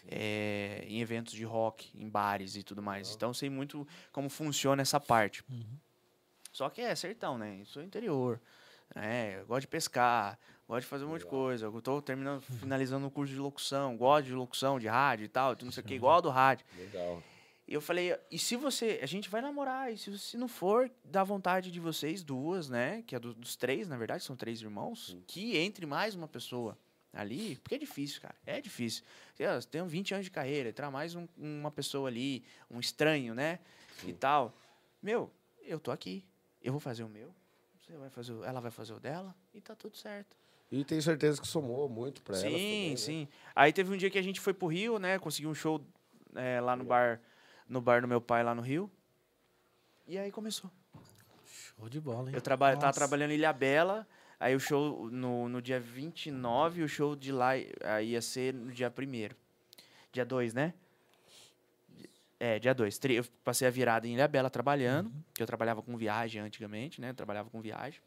É, em eventos de rock, em bares e tudo mais. Então sei muito como funciona essa parte. Só que é sertão, né? Isso é interior. Né? Eu gosto de pescar, gosto de fazer um monte de coisa. Eu tô terminando, finalizando o curso de locução, gosto de locução, de rádio e tal, não sei o que, igual ao do rádio. Legal. E eu falei, e se você. A gente vai namorar, e se, se não for da vontade de vocês duas, né? Que é do- dos três, na verdade, são três irmãos, que entre mais uma pessoa ali, porque é difícil, cara. É difícil. Sei lá, Você tem 20 anos de carreira, entrar mais um- uma pessoa ali, um estranho, né? E tal. Meu, eu tô aqui. Eu vou fazer o meu. Você vai fazer, o- ela vai fazer o dela e tá tudo certo E tenho certeza que somou muito pra sim, ela. também, né? sim. Aí teve um dia que a gente foi pro Rio, né? Consegui um show é, lá no bar, no bar do meu pai lá no Rio. E aí começou. Show de bola, hein? Eu traba tava Nossa. trabalhando em Ilha Bela, aí o show no, no dia 29, o show de lá aí ia ser no dia 1 Dia 2, né? É, dia 2. Eu passei a virada em Ilha Bela trabalhando, que eu trabalhava com viagem antigamente, né? Trabalhava com viagem.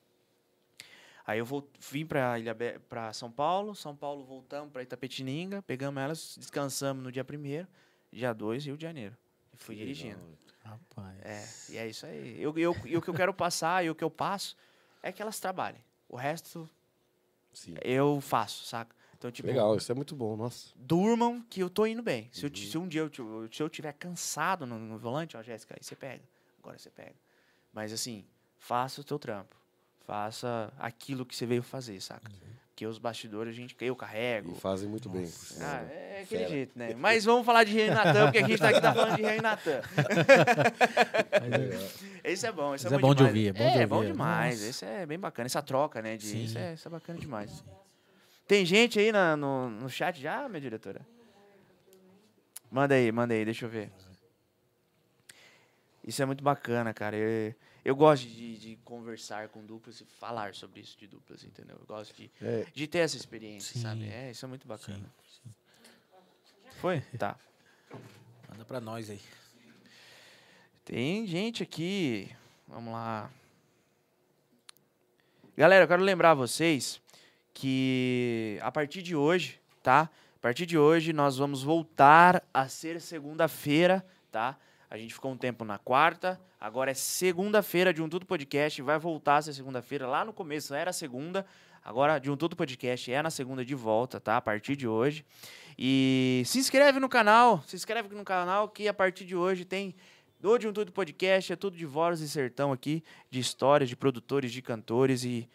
Aí eu vol- vim pra, Ilha Be- pra São Paulo, São Paulo voltamos pra Itapetininga, pegamos elas, descansamos no dia 1 dia 2, Rio de Janeiro. E fui Que dirigindo. legal. Rapaz. É, e é isso aí. Eu, eu, e o que eu quero passar e o que eu passo é que elas trabalhem. O resto Sim. eu faço, saca? Então, É, tipo, Legal, isso é muito bom, nossa. durmam que eu tô indo bem. Se, eu, Uhum. ti- se um dia eu, ti- se eu tiver cansado no, no volante, ó, Jéssica, aí você pega. Agora você pega. Mas assim, faça o teu trampo. Faça aquilo que você veio fazer, saca? Porque os bastidores, a gente, eu carrego. Uhum. E fazem muito bem. Ah, é aquele Fera. jeito, né? Mas vamos falar de Rei Natan, porque a gente tá aqui tá falando de Rei Natan. Isso é bom, isso Mas é, é bom de demais. ouvir, é bom de ouvir. demais. Nossa. Isso é bem bacana, essa troca, né? de- Sim. isso, é, isso é bacana demais. Tem gente aí na- no, no chat já, minha diretora? Manda aí, manda aí, deixa eu ver. Isso é muito bacana, cara. Eu, eu gosto de, de conversar com duplas e falar sobre isso de duplas, entendeu? Eu gosto de, É. de ter essa experiência, Sim. sabe? É, isso é muito bacana. Sim, Foi? Tá. Manda pra nós aí. Tem gente aqui. Vamos lá. Galera, eu quero lembrar vocês que a partir de hoje, tá? A partir de hoje nós vamos voltar a ser segunda-feira, tá? A gente ficou um tempo na quarta, agora é segunda-feira de um Tudo Podcast, vai voltar a ser segunda-feira. Lá no começo era segunda, agora de um Tudo Podcast é na segunda de volta, tá? A partir de hoje. E se inscreve no canal, se inscreve no canal que a partir de hoje tem do De Um Tudo Podcast, é tudo de Voros e Sertão aqui, de histórias, de produtores, de cantores e,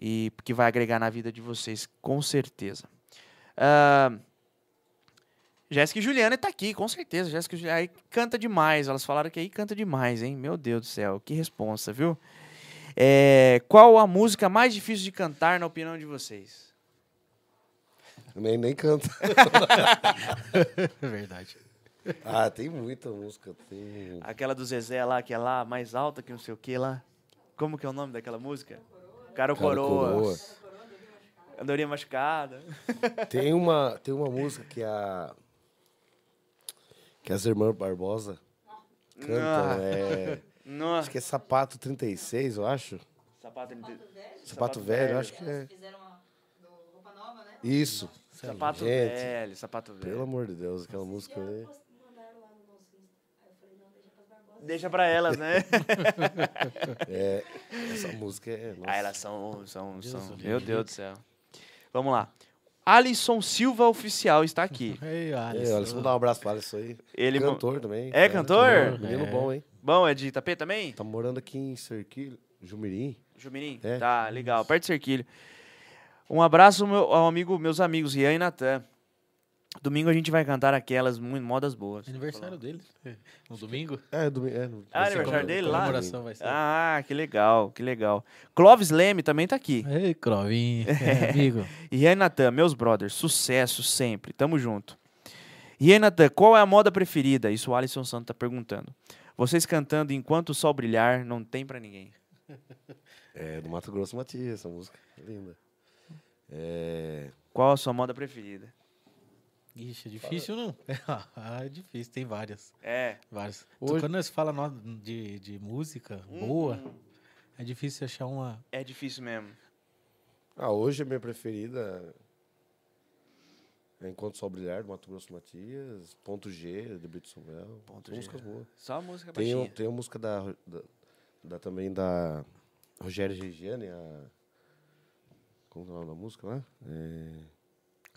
e que vai agregar na vida de vocês, com certeza. Ah, Jéssica e Juliana tá aqui, com certeza. Jéssica e Juliana aí canta demais. Elas falaram que aí canta demais, hein? Meu Deus do céu, que responsa, viu? É, qual a música mais difícil de cantar, na opinião de vocês? Nem, nem canta. (laughs) É verdade. Ah, tem muita música. Tem... Aquela do Zezé lá, que é lá, mais alta que não sei o que lá. Como que é o nome daquela música? Caro Coroa. Andorinha Machucada. Tem uma, tem uma música que a. Que as irmãs Barbosa cantam. Ah. É, acho Nossa. que é Sapato 36, eu acho. Sapato, inte- Sapato, velho, eu acho que é. Fizeram uma do roupa nova, né? Isso. Sapato Gente, velho, sapato velho. Pelo amor de Deus, aquela música. Eu né? post- mandaram lá no nosso Insta. Aí eu falei, não, deixa pras barbosas. Deixa pra elas, (laughs) né? Essa música é. nossa. ah, elas são. são, Deus são do meu livro. Deus do céu. Vamos lá. Alisson Silva Oficial está aqui. Ei, É, olha, vamos dar um abraço para isso aí. assim, Ele mo- cantor também. É cantor? Menino É. bom, hein? Bom, é de Itapê também? Tá morando aqui em Cerquilho, Jumirim. Jumirim? É. Tá, legal. Perto do Cerquilho. Um abraço meu, ao amigo, meus amigos Rian e Natan. Domingo a gente vai cantar aquelas mu- modas boas. Aniversário dele. No domingo? É, do, é, no- Ah, vai ser aniversário comemora- dele lá? comemoração vai ser. Ah, que legal, que legal. Clóvis Leme também tá aqui. Ei, (laughs) Crovinho. É, amigo. Rian e Natan, meus brothers, sucesso sempre, tamo junto. Rian e Natan, qual é a moda preferida? Isso o Alisson Santos tá perguntando. Vocês cantando enquanto o sol brilhar, não tem pra ninguém. É, do Mato Grosso Matias, essa música. é Linda. É, Qual a sua moda preferida? Ixi, é difícil não? (laughs) Ah, é difícil, tem várias. É. várias. Hoje- Quando nós fala nó- de, de música boa, é difícil achar uma. É difícil mesmo. Ah, hoje a minha preferida é Enquanto o Sol Brilhar, do Mato Grosso Matias, Ponto G, de Brito Samuel. Ponto São G. músicas boas. Só a música Tem, um- baixinha. tem uma música da, Ro- da, da- também da Rogério Regiane, a. Como que é o nome da música lá? É,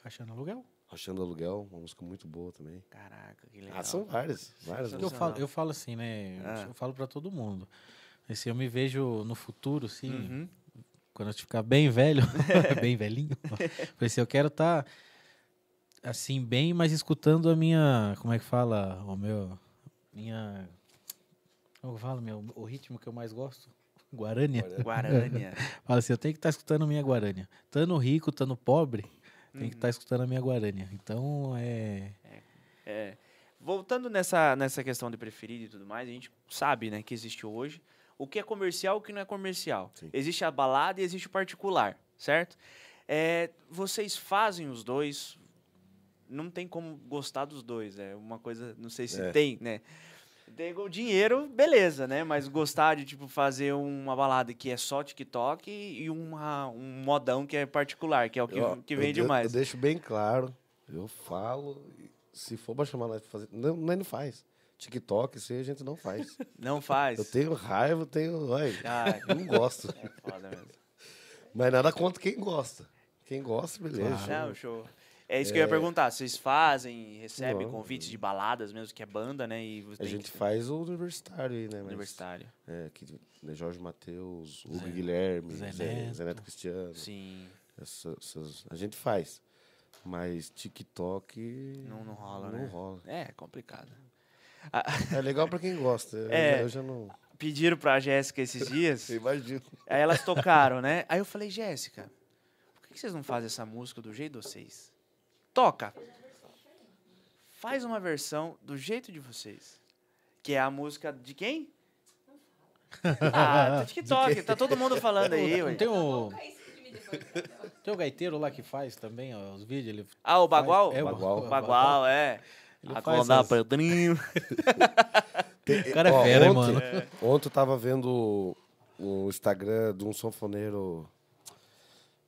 Caixa no aluguel? Achando Aluguel, uma música muito boa também. Caraca, que legal. Ah, são várias. várias Porque eu Sensacional. falo, eu falo assim, né? Eu Ah. Eu falo pra todo mundo. Assim, eu me vejo no futuro, assim, Uhum. quando eu ficar bem velho, (laughs) bem velhinho, (laughs) falei assim, eu quero estar assim bem, mas escutando a minha, como é que fala, o meu, minha, como é que fala, meu, o ritmo que eu mais gosto, Guarânia. né? (laughs) Guarânia. Fala assim, eu tenho que estar escutando a minha Guarânia. Tando rico, tando pobre, tem que estar escutando a minha Guarânia. Então é É. Voltando nessa, nessa questão de preferido e tudo mais, a gente sabe, né, que existe hoje o que é comercial e o que não é comercial. Sim. Existe a balada e existe o particular, certo? É, vocês fazem os dois. Não tem como gostar dos dois. É uma coisa, não sei se É. tem, né? Tem o dinheiro, beleza, né? Mas gostar de, tipo, fazer uma balada que é só TikTok e uma, um modão que é particular, que é o que, Eu- que eu vende de- mais. Eu deixo bem claro, eu falo. e Se for pra chamar nós pra fazer. Não, nós não faz. TikTok, isso aí a gente não (laughs) faz. Não faz. Eu tenho raiva, eu tenho. Ai, Ai, não gosto. é foda mesmo. Mas nada contra quem gosta. Quem gosta, beleza. Não, show. É isso que eu ia perguntar. Vocês fazem, recebem Não. convites de baladas mesmo, que é banda, né? E você A tem gente que- faz o universitário aí, né? Mas, universitário. É, que, né, Jorge Matheus, Hugo Guilherme, Zé Zé, Zé Neto. Neto Cristiano. Sim. essa- essas- a gente faz. Mas TikTok. Não- não rola, não né? rola. É, é complicado. É legal pra quem gosta. Eu É. já- Eu já não. Pediram pra Jéssica esses dias, imagino. aí elas tocaram, né? Aí eu falei, Jéssica, por que que vocês não fazem essa música do jeito de vocês? Toca! Faz uma versão do jeito de vocês. Que é a música de quem? Ah, do TikTok. Tá todo mundo falando aí, ué. não tem um o Nunca é isso de mim depois. então. tem o gaiteiro lá que faz também ó, os vídeos ele Ah, o faz- Bagual? é, o Bagual. Bagual, O o Bagual, é. Ele A faz Condá (laughs) as- Pedrinho. Tem- O cara é fera, hein, ontem, mano? Ontem eu tava vendo o o Instagram de um sanfoneiro.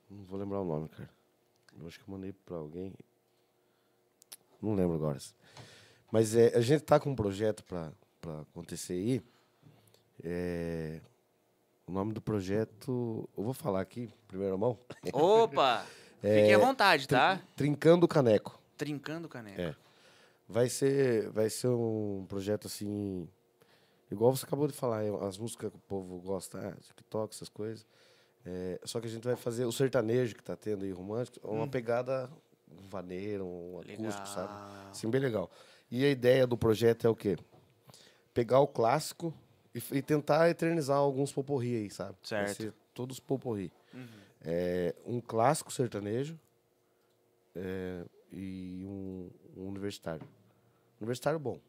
Não vou lembrar o nome, cara. Eu acho que eu mandei pra alguém. Não lembro agora. Mas é, a gente tá com um projeto pra, pra acontecer aí. É, o nome do projeto. Eu vou falar aqui, primeira mão. Opa! Fiquem à vontade, tá? Trincando o Caneco. Trincando o caneco. É. Vai ser, vai ser um projeto assim. Igual você acabou de falar, eu- as músicas que o povo gosta, ah, TikTok, essas coisas. É, só que a gente vai fazer o sertanejo que tá tendo aí, romântico, uma pegada, um vaneiro, um acústico, Legal. sabe? Assim, bem legal. E a ideia do projeto é o quê? Pegar o clássico e, f- e tentar eternizar alguns poporri aí, sabe? Vai Certo. ser todos poporri. É, um clássico sertanejo é, e um, um universitário. Universitário bom.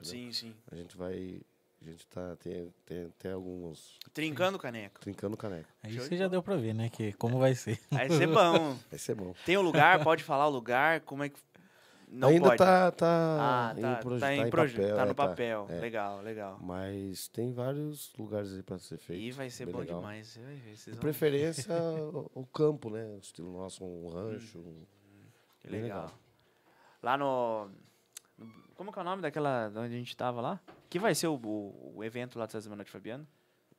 Sim, sim. A gente vai... A gente tá... Tem, tem, tem alguns... Trincando o caneco. Trincando o caneco. aí Show de você já deu pra ver né que como vai ser Aí (laughs) você é bom. Vai ser bom. Tem o lugar, pode falar o lugar, como é que. Não Ainda pode. tá... Tá, Ah, em tá. proje- tá em tá em proje- papel, Tá é, no papel. é. Legal, legal. Mas tem vários lugares aí pra ser feito. E vai ser bem bom legal. demais. Você vai ver. Vocês De vão... preferência, o- o campo, né? O estilo nosso, um rancho. Hum. um- Que bem legal. legal. Lá no. no- Como que é o nome daquela. de onde a gente tava lá? Que vai ser o, o, o evento lá da Semana de Fabiano?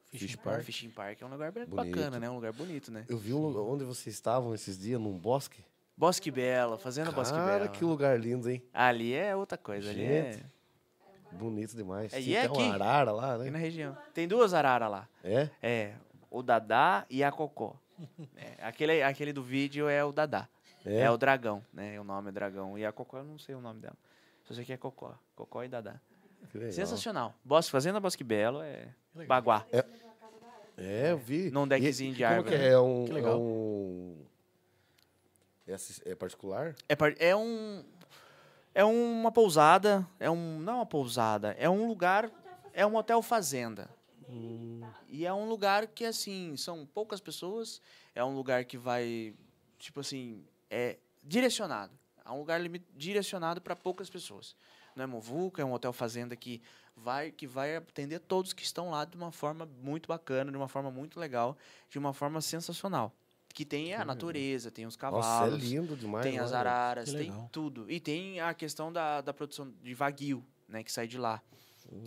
Fish Park. Fishing Park é um lugar bem bacana, Bonito. né? Um lugar bonito, né? Eu vi um lugar onde vocês estavam esses dias, num bosque. Bosque Belo, fazendo É Bosque Cara, Belo. que lugar lindo, hein? Ali é outra coisa, ali é, Gente. Bonito demais. É, Tem e é até uma aqui. arara lá, aqui na né? região. Tem duas araras lá. É? É, o Dadá e a (laughs) Cocó. É, aquele, aquele do vídeo é o Dadá. É. É? o dragão, né? O nome é dragão. E a Cocó, eu não sei o nome dela. Só sei que é Cocó. Cocó e Dadá. Que legal. Sensacional. Bosque, Fazenda Bosque Belo é baguá. É, eu vi. Num deckzinho E- de e como árvore. né? que é? É um... Que legal. É, um... é assis- é particular? É, par- é um. É uma pousada. É um. Não é uma pousada. É um lugar. É um hotel fazenda. E é um lugar que, assim, são poucas pessoas, é um lugar que vai, tipo assim, é direcionado. É um lugar limi- direcionado para poucas pessoas. Não é Movuca, é um hotel fazenda que vai, que vai atender todos que estão lá de uma forma muito bacana, de uma forma muito legal, de uma forma sensacional. Que tem a natureza, tem os cavalos, Uhum. Nossa, é lindo demais. tem lá, as velho. araras, Que tem legal. tudo. E tem a questão da, da produção de Wagyu, né, que sai de lá.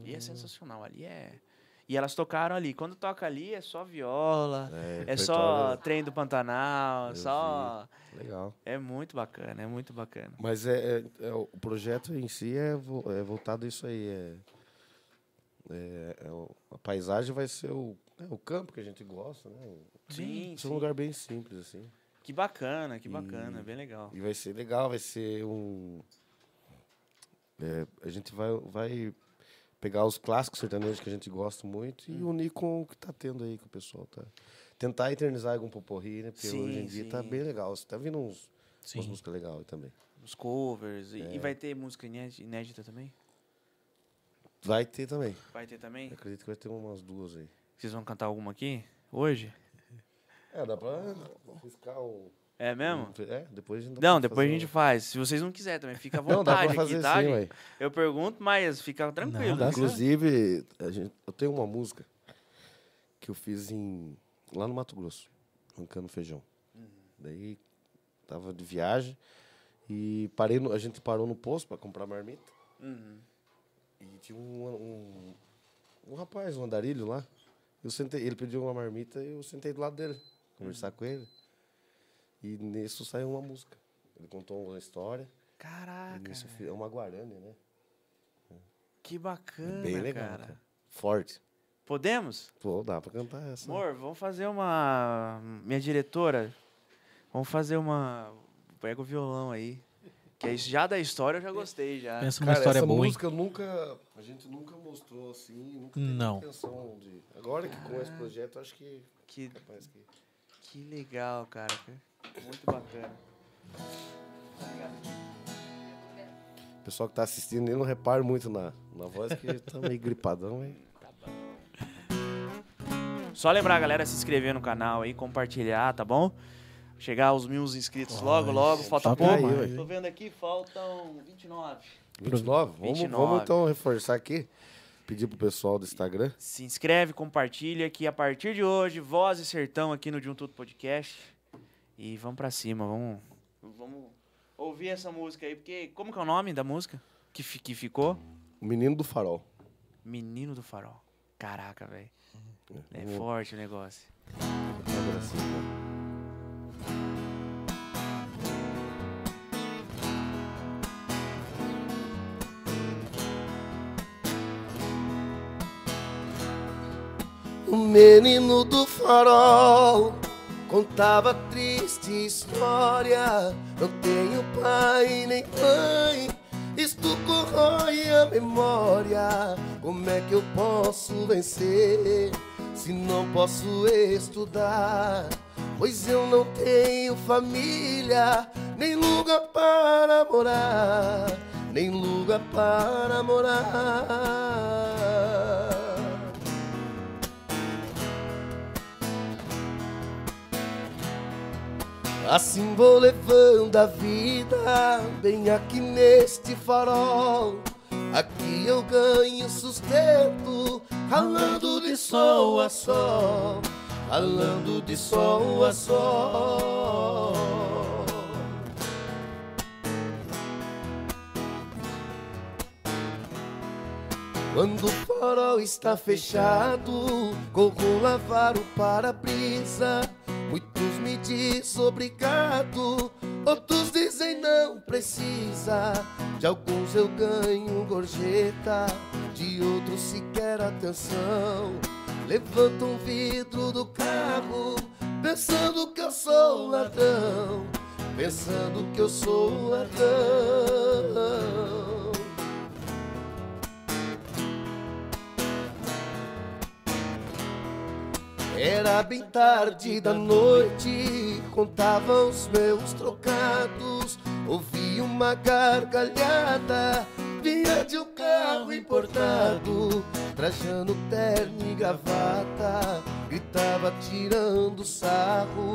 E Hum. é sensacional, ali é... E elas tocaram ali. Quando toca ali, é só viola, é, só repertório trem do Pantanal, é Eu só... Legal. É muito bacana, é muito bacana. Mas é, é- é o o projeto em si é, vo- é voltado a isso aí. É, é- é o- a paisagem vai ser o, é o campo que a gente gosta, né? Sim, Isso sim. é um lugar bem simples, assim. Que bacana, que bacana, E- bem legal. E vai ser legal, vai ser um. é, a gente vai, vai pegar os clássicos sertanejos que a gente gosta muito Hum. e unir com o que tá tendo aí, que o pessoal tá. Tentar eternizar algum poporri, né? Porque Sim, hoje em dia tá sim. bem legal. Você tá vindo uns, umas Sim. músicas legais aí também. Os covers, e, É. e vai ter música inédi- inédita também? Vai ter também. Vai ter também? Eu acredito que vai ter umas duas aí. Vocês vão cantar alguma aqui? Hoje? É, dá pra riscar o. É mesmo? É, depois a gente dá Não, pra depois a fazer gente faz. Se vocês não quiserem também, fica à um- Não, dá vontade pra fazer aqui, tá? sim, gente? ué. Eu pergunto, mas fica tranquilo. dá né? Inclusive, a gente, eu tenho uma música que eu fiz em lá no Mato Grosso, arrancando feijão. Uhum. Daí tava de viagem e parei no- a gente parou no posto para comprar marmita Uhum. e tinha um, um um rapaz, um andarilho lá. Eu sentei, ele pediu uma marmita e eu sentei do lado dele, conversar Uhum. com ele. E nisso saiu uma música. Ele contou uma história. e Caraca, nisso fi- é uma guarani, né? É que bacana, Bem legal, cara. cara. Forte. Podemos? Pô, dá pra cantar essa. Amor, vamos fazer uma... Minha diretora, vamos fazer uma... Pega o violão aí. Que é já da história eu já gostei, já. Pensa uma Ah, Cara, história essa boa, hein? música nunca. A gente nunca mostrou assim, nunca teve Não. intenção de. Agora que com esse Ah. projeto, acho que Que, capaz que. que legal, cara. Muito bacana. O pessoal que tá assistindo eu não repara muito na, na voz, que tá meio gripadão, hein? Só lembrar, galera, se inscrever no canal aí, compartilhar, tá bom? Chegar aos mil inscritos logo, logo. Falta tá pouco. aí, ué. Tô vendo aqui, faltam 29. 29? Vamos, 29. vamos então reforçar aqui. Pedir pro pessoal do Instagram. Se inscreve, compartilha, que a partir de hoje, Voz e Sertão aqui no De Um Tudo Podcast. E vamos pra cima, vamos, vamos ouvir essa música aí, porque como que é o nome da música que, fi- que ficou? O menino do farol. Menino do Farol. Caraca, velho. É Vamos- forte o negócio. Agora sim, né? O menino do farol contava triste história. Não tenho pai nem mãe, isto corrói a memória. Como é que eu posso vencer se não posso estudar? Pois eu não tenho família, nem lugar para morar, nem lugar para morar. Assim vou levando a vida bem aqui neste farol. Aqui eu ganho sustento, ralando de sol a sol, ralando de sol a sol. Quando o farol está fechado, corro lavar o para-brisa. Muitos me dizem obrigado, outros dizem não precisa. De alguns eu ganho gorjeta, de outros sequer atenção. Levanto um vidro do carro, pensando que eu sou um ladrão, pensando que eu sou um ladrão. Era bem tarde da noite, contava os meus trocados. Ouvi uma gargalhada, vinha de um carro importado. Trajando terno e gravata, gritava tirando sarro.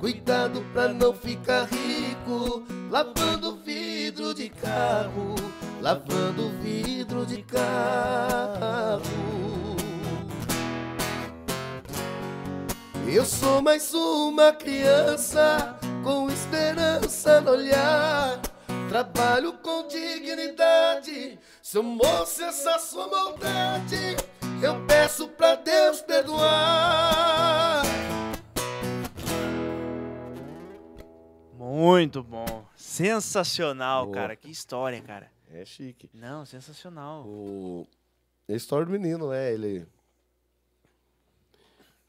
Cuidado pra não ficar rico, lavando vidro de carro, lavando vidro de carro. Eu sou mais uma criança com esperança no olhar. Trabalho com dignidade, se eu moço essa sua maldade, eu peço pra Deus perdoar. Muito bom. Sensacional, Boa. cara. Que história, cara. É chique. Não, sensacional. O... A história do menino, né? Ele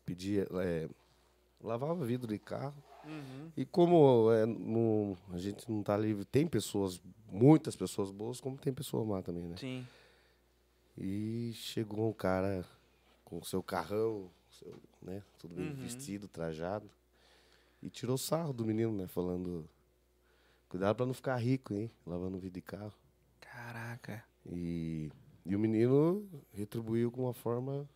pedia, é, lavava vidro de carro. Uhum. E como é, não- a gente não tá livre, tem pessoas, muitas pessoas boas, como tem pessoa má também, né? Sim. E chegou um cara com seu carrão, seu, né? Tudo bem Uhum. vestido, trajado. E tirou sarro do menino, né? Falando, cuidado pra não ficar rico, hein? Lavando vidro de carro. Caraca. E, e o menino retribuiu com uma forma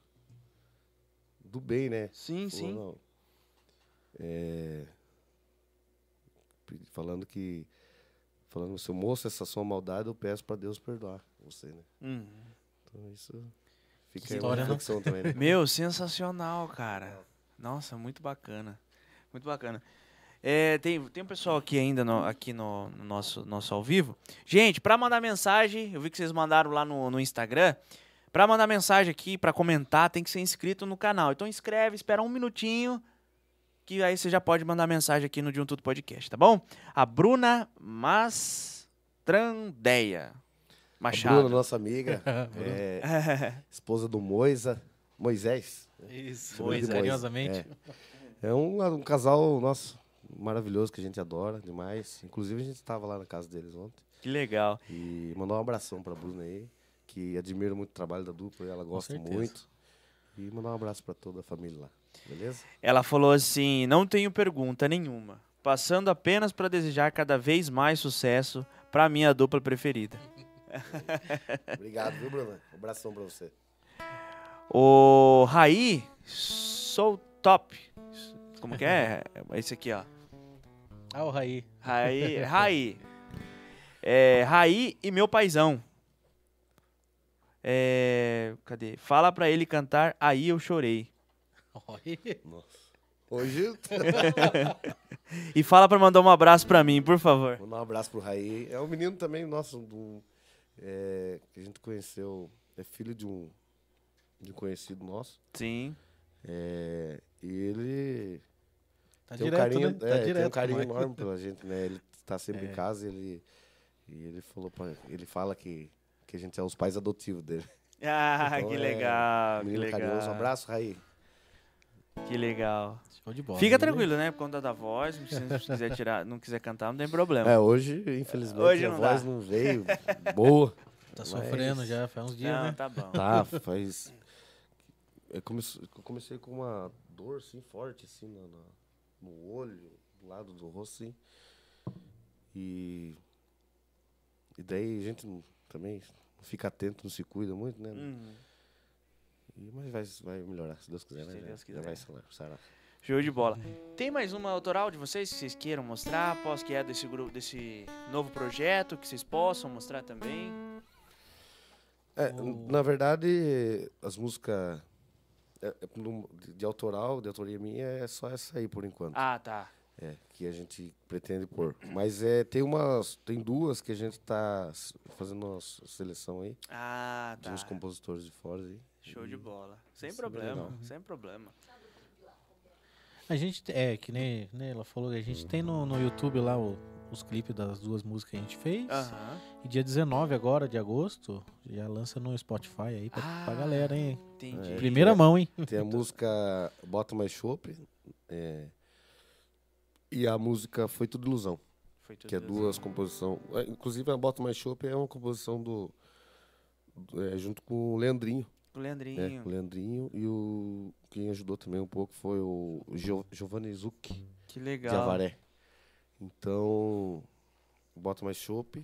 do bem, né? Sim, Falou, sim. não. É, pe- falando que. Falando, seu moço, essa sua maldade, eu peço pra Deus perdoar você, né? Uhum. Então isso Que fica aí uma história, né? reflexão (laughs) também, né? Meu, sensacional, cara. Nossa, muito bacana. Muito bacana. É, tem, tem um pessoal aqui ainda no, aqui no, no nosso, nosso ao vivo. Gente, pra mandar mensagem, eu vi que vocês mandaram lá no, no Instagram. Pra mandar mensagem aqui, pra comentar, tem que ser inscrito no canal. Então inscreve, espera um minutinho, que aí você já pode mandar mensagem aqui no De Um Tudo Podcast, tá bom? A Bruna Mastrandeia A Bruna, (laughs) Machado. nossa amiga, (laughs) é, esposa do Moisa, Moisés. Isso, Boa pois, demais. carinhosamente. É um, um casal, nosso maravilhoso que a gente adora demais. Inclusive, a gente estava lá na casa deles ontem. que legal. E mandar um abração pra Bruna aí, que admira muito o trabalho da dupla, ela gosta certeza. muito. E mandar um abraço pra toda a família lá, beleza? Ela falou assim: não tenho pergunta nenhuma, passando apenas para desejar cada vez mais sucesso para minha dupla preferida. Obrigado, viu, Bruna? Um abração pra você. O Raí Sou Top. Como que é? Esse aqui, ó. Ah, o Raí. Raí. Raí. É, Raí e meu paizão. É, cadê? Fala pra ele cantar Aí Eu Chorei. Oi. Nossa. Hoje, E fala pra mandar um abraço pra mim, por favor. mandar um abraço pro Raí. É um menino também, nossa, do, é, que a gente conheceu, é filho de um, de um conhecido nosso. Sim. É, e ele Tá tem, direto, um carinho, né? Tá é, tem um direto. É. carinho Mike. enorme pela gente, né? Ele tá sempre em casa e ele, e ele falou pra, ele fala que, que a gente é os pais adotivos dele. Ah, Então, que é, legal. Ah, Que menino carinhoso. Um legal. abraço, Raí. Que legal. Show de bola. Fica né? tranquilo, né? Por conta da voz, não precisa- se quiser tirar, não quiser cantar, não tem (laughs) problema. É, hoje, infelizmente, Hoje a não voz dá. não veio (laughs) boa. Tá sofrendo Mas- já, faz uns dias, não, né? tá bom. Tá, faz... Eu comecei, eu comecei com uma dor, assim, forte, assim, na- na- no olho, do lado do rosto, assim. E... E daí a gente não- também não fica atento, não se cuida muito, né? Uhum. E- Mas vai, vai melhorar, se Deus quiser, Se né? Já- Deus Já quiser. vai sarar. sarar. Show de bola. Tem mais uma autoral de vocês que vocês queiram mostrar? Posso que é desse grupo, desse novo projeto que vocês possam mostrar também? É, na verdade, as músicas é, é, num- de, de autoral, de autoria minha, é só essa aí por enquanto. Ah, tá. É, que a gente pretende pôr. Mas é, tem umas. Tem duas que a gente tá s- fazendo uma s- seleção aí, Ah, de tá. uns compositores de (laughs) fora aí. Show de bola. Sem Isso é bem problema, legal. sem problema. A gente, te- é, que nem, que nem ela falou, a gente tem no, no YouTube lá o- os clipes das duas músicas que a gente fez. Aham. E dia 19 agora, de agosto, já lança no Spotify aí pra, pra Ah. é, galera, hein? É. Entendi. Primeira mão, hein? (laughs) um- Tem a música Bota Mais Chopp. é, e a música Foi Tudo Ilusão. Foi tudo que é assim. duas composições. Inclusive, a Bota Mais Chopp é uma composição do. do- é, junto com o Leandrinho. O né? Leandrinho. O Leandrinho e o. Quem ajudou também um pouco foi o Gio, Giovanni Zucchi Que de legal. Avaré. Então, Bota Mais Chopp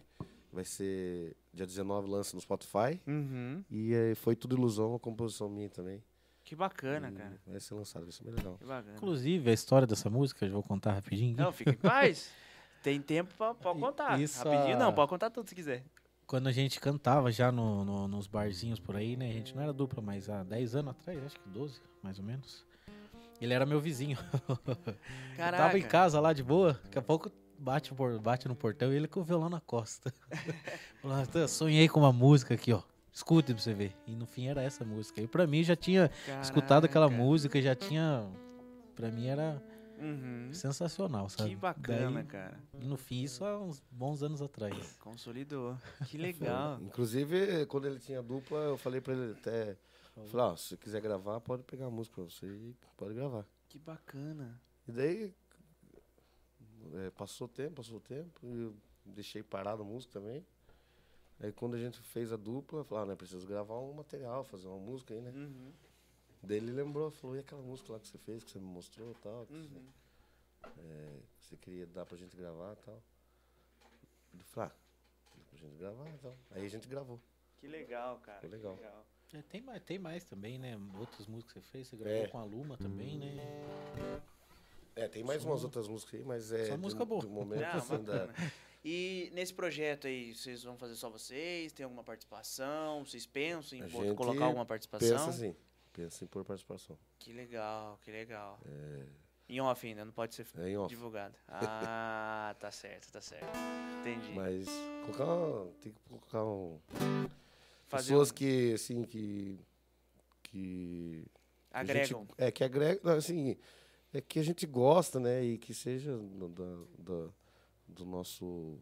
vai ser Dia 19 lança no Spotify. Uhum. E eh, foi tudo ilusão, a composição minha também. Que bacana, E cara. Vai ser lançado, vai ser bem legal. Que bacana. Inclusive, a história dessa música, eu vou contar rapidinho. Não, fica em paz. (laughs) Tem tempo pra, pra I- contar. isso, Rapidinho ah, não, pode contar tudo se quiser. Quando a gente cantava já no- no- nos barzinhos por aí, né? A gente não era dupla, mas há 10 anos atrás, acho que 12, mais ou menos. Ele era meu vizinho. Caraca. Eu tava em casa lá de boa, daqui a pouco bate, o por- bate no portão e ele com o violão (laughs) na costa. Falou, "Natan, sonhei com uma música aqui, ó. Escuta pra você ver. E no fim era essa música. E pra mim já tinha escutado aquela Caraca. música, já tinha. Pra mim era Uhum. sensacional, sabe? Que bacana, Daí, cara. E no fim, isso há uns bons anos atrás. Consolidou. (laughs) Que legal. Inclusive, eh, quando ele tinha dupla, eu falei pra ele até. eu Falei, ó, se você quiser gravar, pode pegar a música pra você e pode gravar. Que bacana. E daí eh, passou o tempo, passou o tempo, e eu deixei parado a música também. Aí quando a gente fez a dupla, eu falei, ah, né, preciso gravar um material, fazer uma música aí, né? Uhum. Daí ele lembrou, falou, e aquela música lá que você fez, que você me mostrou e tal, que você, Uhum. eh, que você queria dar pra gente gravar e tal. Ele falou, ah, dá pra gente gravar e tal. Aí a gente gravou. Que legal, cara. Foi que legal. É, tem, mais, tem mais também, né? Outras músicas que você fez, você gravou É. com a Luma também, né? É, tem mais Só- umas outras músicas aí, mas é. só do- música boa. Do momento Ah, assim da. bacana. E nesse projeto aí, vocês vão fazer só vocês? Tem alguma participação? Vocês pensam A em pô- gente colocar alguma Pensa participação? assim. Pensa em pôr participação. Que legal, que legal. Em off ainda, não pode ser É em off. divulgado. Ah, tá certo, tá certo. Entendi. Mas colocar um, tem que colocar um. Fazer pessoas um- que, assim, que. Que. que a gente- agregam. é, que agregam. não, Assim, é que a gente gosta, né? E que seja do, da- da- do nosso.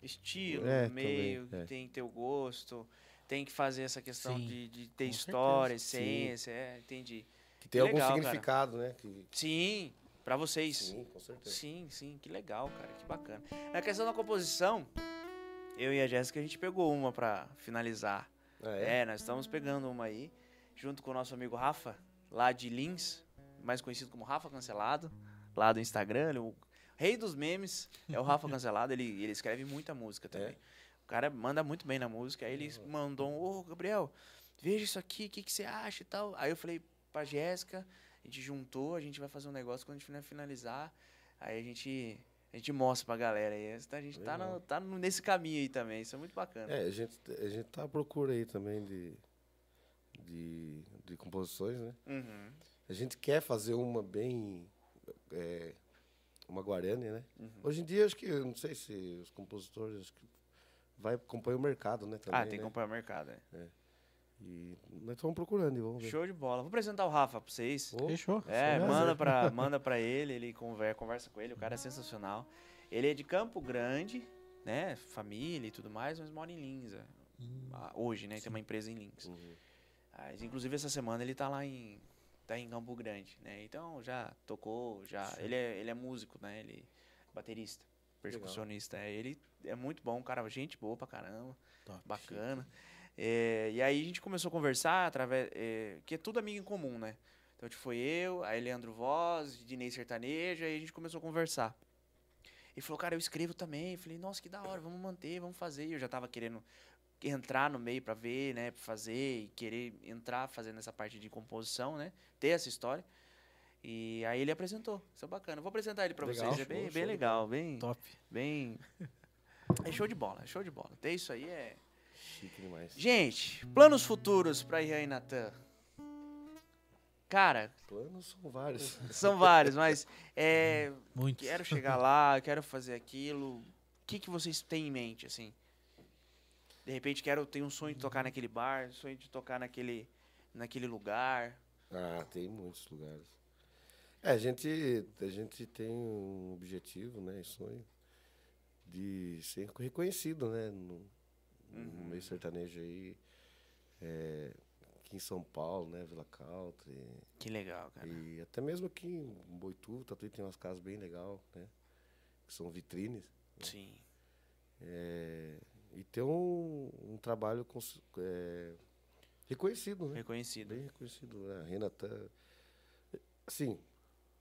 estilo, um É, meio, também, é. tem que ter o gosto, tem que fazer essa questão Sim, de, de ter com história, certeza. essência, é, entendi. Que tem legal, algum cara. significado, né? Que, Sim, pra vocês. sim, com certeza. Sim, sim, que legal, cara, que bacana. Na questão da composição, eu e a Jéssica, a gente pegou uma pra finalizar. Ah, é? É? nós estamos pegando uma aí, junto com o nosso amigo Rafa, lá de Lins, mais conhecido como Rafa Cancelado, lá do Instagram, ele é o rei dos memes, é o (laughs) Rafa Cancelado, ele, ele escreve muita música também. É? Uhum. O cara manda muito bem na música, aí ele mandou um, ô, Gabriel, veja isso aqui, o que, que você acha e tal. Aí eu falei pra Jéssica, a gente juntou, a gente vai fazer um negócio, quando a gente finalizar, aí a gente... A gente mostra pra galera aí. A gente tá, no- Legal. tá no- nesse caminho aí também. Isso é muito bacana. É, a gente, a gente tá à procura aí também de. De, de composições, né? Uhum, A gente quer fazer uma bem. é, uma Guarani, né? uhum. Hoje em dia, acho que, eu não sei se os compositores. Acho que vai acompanhar o mercado, né? Também, ah, tem que né? acompanhar o mercado, né? E nós estamos procurando e vamos ver. Show de bola. Vou apresentar o Rafa pra vocês. Ô, Fechou. É, prazer. manda (laughs) pra, manda pra ele, ele conversa, conversa com ele, o cara é sensacional. Ele é de Campo Grande, né? Família e tudo mais, mas mora em Linza. Ah, Hoje, né? Tem uma empresa em Linz. Uhum. Ah, inclusive, essa semana ele tá lá em. tá em Campo Grande, né? Então já tocou, já. Ele é, ele é músico, né? Ele é baterista, percussionista. é. Ele é muito bom, cara, gente boa pra caramba. Top. Bacana. É, e aí a gente começou a conversar através. É, que é tudo amigo em comum, né? Então tipo, foi eu, aí Leandro Voz, Dinei Sertaneja, aí a gente começou a conversar. E falou, cara, eu escrevo também. Eu falei, nossa, que da hora, vamos manter, vamos fazer. E eu já tava querendo entrar no meio pra ver, né? Pra fazer e querer entrar fazendo essa parte de composição, né? Ter essa história. E aí ele apresentou. Isso é bacana. Eu vou apresentar ele pra vocês. Legal, É show, bem, show bem de legal, bem, Top. (laughs) bem. É show de bola, é show de bola. Ter isso aí é. Chique demais. Gente, planos futuros pra Ian e Natan. Cara, Planos são vários. são vários, mas é, Muito. quero chegar lá, quero fazer aquilo. O que, que vocês têm em mente, assim? De repente quero ter um sonho de tocar naquele bar, um sonho de tocar naquele, naquele lugar. Ah, tem muitos lugares. É, a gente, a gente tem um objetivo, né? E sonho de ser reconhecido, né? No, no Uhum. meio sertanejo aí. é, aqui em São Paulo, né? Vila Country. Que legal, cara. E até mesmo aqui em Boituva, Tatuí tem umas casas bem legais, né? Que são vitrines. Sim. É, e ter um, um trabalho cons- é, reconhecido, né? Reconhecido. Bem reconhecido. Né? A Renata. Assim,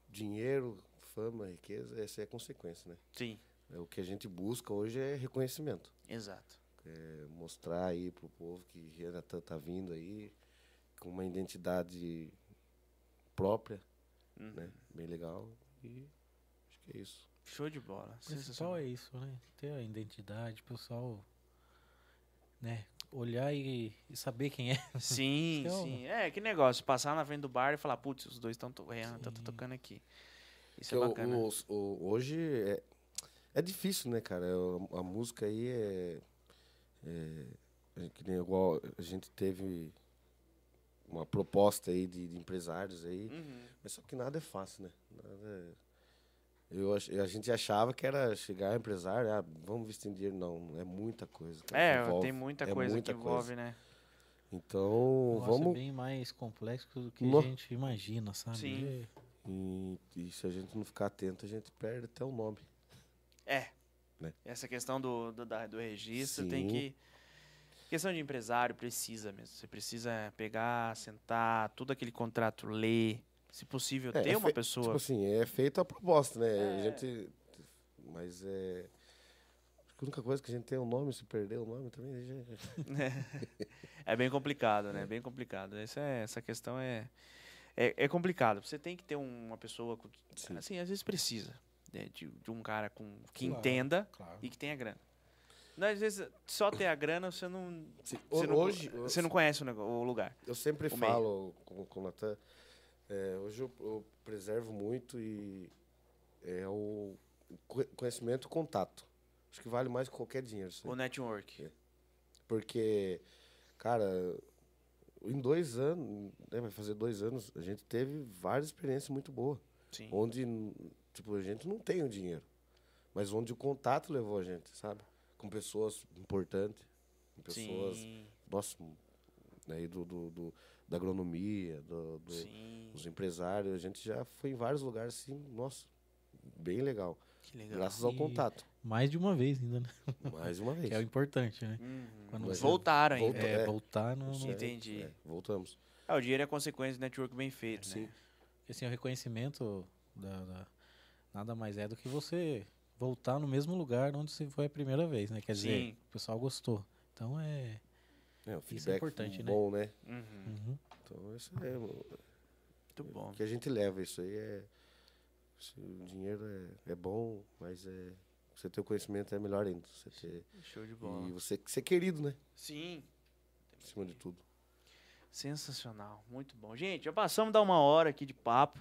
dinheiro, fama, riqueza, essa é a consequência, né? Sim, É, O que a gente busca hoje é reconhecimento. exato. eh, mostrar aí pro povo que Renatan tá vindo aí com uma identidade própria, né? Bem legal. E acho que é isso. Show de bola. O principal Sensacional. é isso, né? Ter a identidade, o pessoal, né? Olhar e, e saber quem é. Sim, Então- sim. É, que negócio. Passar na frente do bar e falar, putz, os dois estão Sim. tá tocando aqui. Isso Porque é o- bacana. os- o- hoje é, é difícil, né, cara? Eu- A, música aí é, é- é que nem igual a gente teve uma proposta aí de, de empresários aí, Uhum. mas só que nada é fácil, né? Nada é- eu ach- a gente achava que era chegar empresário, ah, vamos investir em dinheiro, não, é muita coisa. cara, É, que envolve. tem muita é coisa muita que coisa. envolve, né? Então, Nossa, vamos é bem mais complexo do que No- a gente imagina, sabe? É, Sim. E, e se a gente não ficar atento, a gente perde até o nome. Essa questão do, do, da- do registro tem Sim. que. Questão de empresário precisa mesmo. Você precisa pegar, sentar, tudo aquele contrato, ler. Se possível, É, ter é uma fe- pessoa. Tipo assim, é feita a proposta, né? É. A gente. Mas é. acho que A única coisa que a gente tem é o nome, se perder o nome também. né, aí já- É bem complicado, né? Bem complicado. Essa, é- essa questão é, é. É complicado. Você tem que ter um, uma pessoa. com- Sim. Assim, às vezes precisa. né, de, de um cara com, que Claro. entenda Claro. e que tenha grana. Não, às vezes, só ter a grana, você não. Sim, Você não, hoje, você não conhece o, nego- o lugar. eu sempre o meio. falo com, com o Natan, é, hoje eu, eu preservo muito e é o co- conhecimento e contato. Acho que vale mais que qualquer dinheiro. Isso aí. O network. Porque, cara, em dois anos, né, vai fazer dois anos, a gente teve várias experiências muito boas. Sim. Onde, tipo, a gente não tem o dinheiro. Mas onde o contato levou a gente, sabe? Com pessoas importantes, com pessoas, Sim. nossa, aí do, do, do- da agronomia, do, do- Sim. dos empresários. A gente já foi em vários lugares, assim, nossa, bem legal. Que legal. Graças ao E- contato, Mais de uma vez ainda, né? mais uma vez. (laughs) Que é o importante, né? Uhum. Quando Mas você Voltaram ainda. voltou, É. é, é. voltar no, Isso no aí, Entendi. é, voltamos. o dinheiro é consequência do network bem feito, Sim. né? assim, o reconhecimento da, da- nada mais é do que você voltar no mesmo lugar onde você foi a primeira vez, né? Quer dizer, Sim. o pessoal gostou. Então é. É, o é feedback importante, né? bom, né? Uhum. Uhum. Então, isso é o Muito bom. que a gente leva. Isso aí é. se o dinheiro é, é bom, mas é. Você ter o conhecimento é melhor ainda. Você ter, Show de e bola. você ser querido, né? Sim. Acima de tudo. Sensacional. Muito bom. Gente, já passamos da uma hora aqui de papo.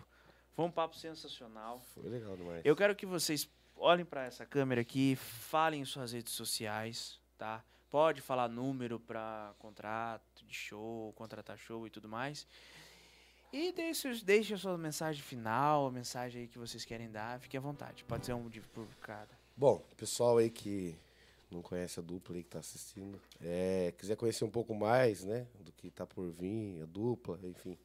Foi um papo sensacional. Foi legal demais. Eu quero que vocês olhem para essa câmera aqui, falem em suas redes sociais, tá? Pode falar número para contrato de show, contratar show e tudo mais. E deixe, os- deixe a sua mensagem final, a mensagem aí que vocês querem dar. Fique à vontade. Pode ser um de por cada. Bom, pessoal aí que não conhece a dupla aí que tá assistindo, é, quiser conhecer um pouco mais, né? Do que tá por vir, a dupla, enfim.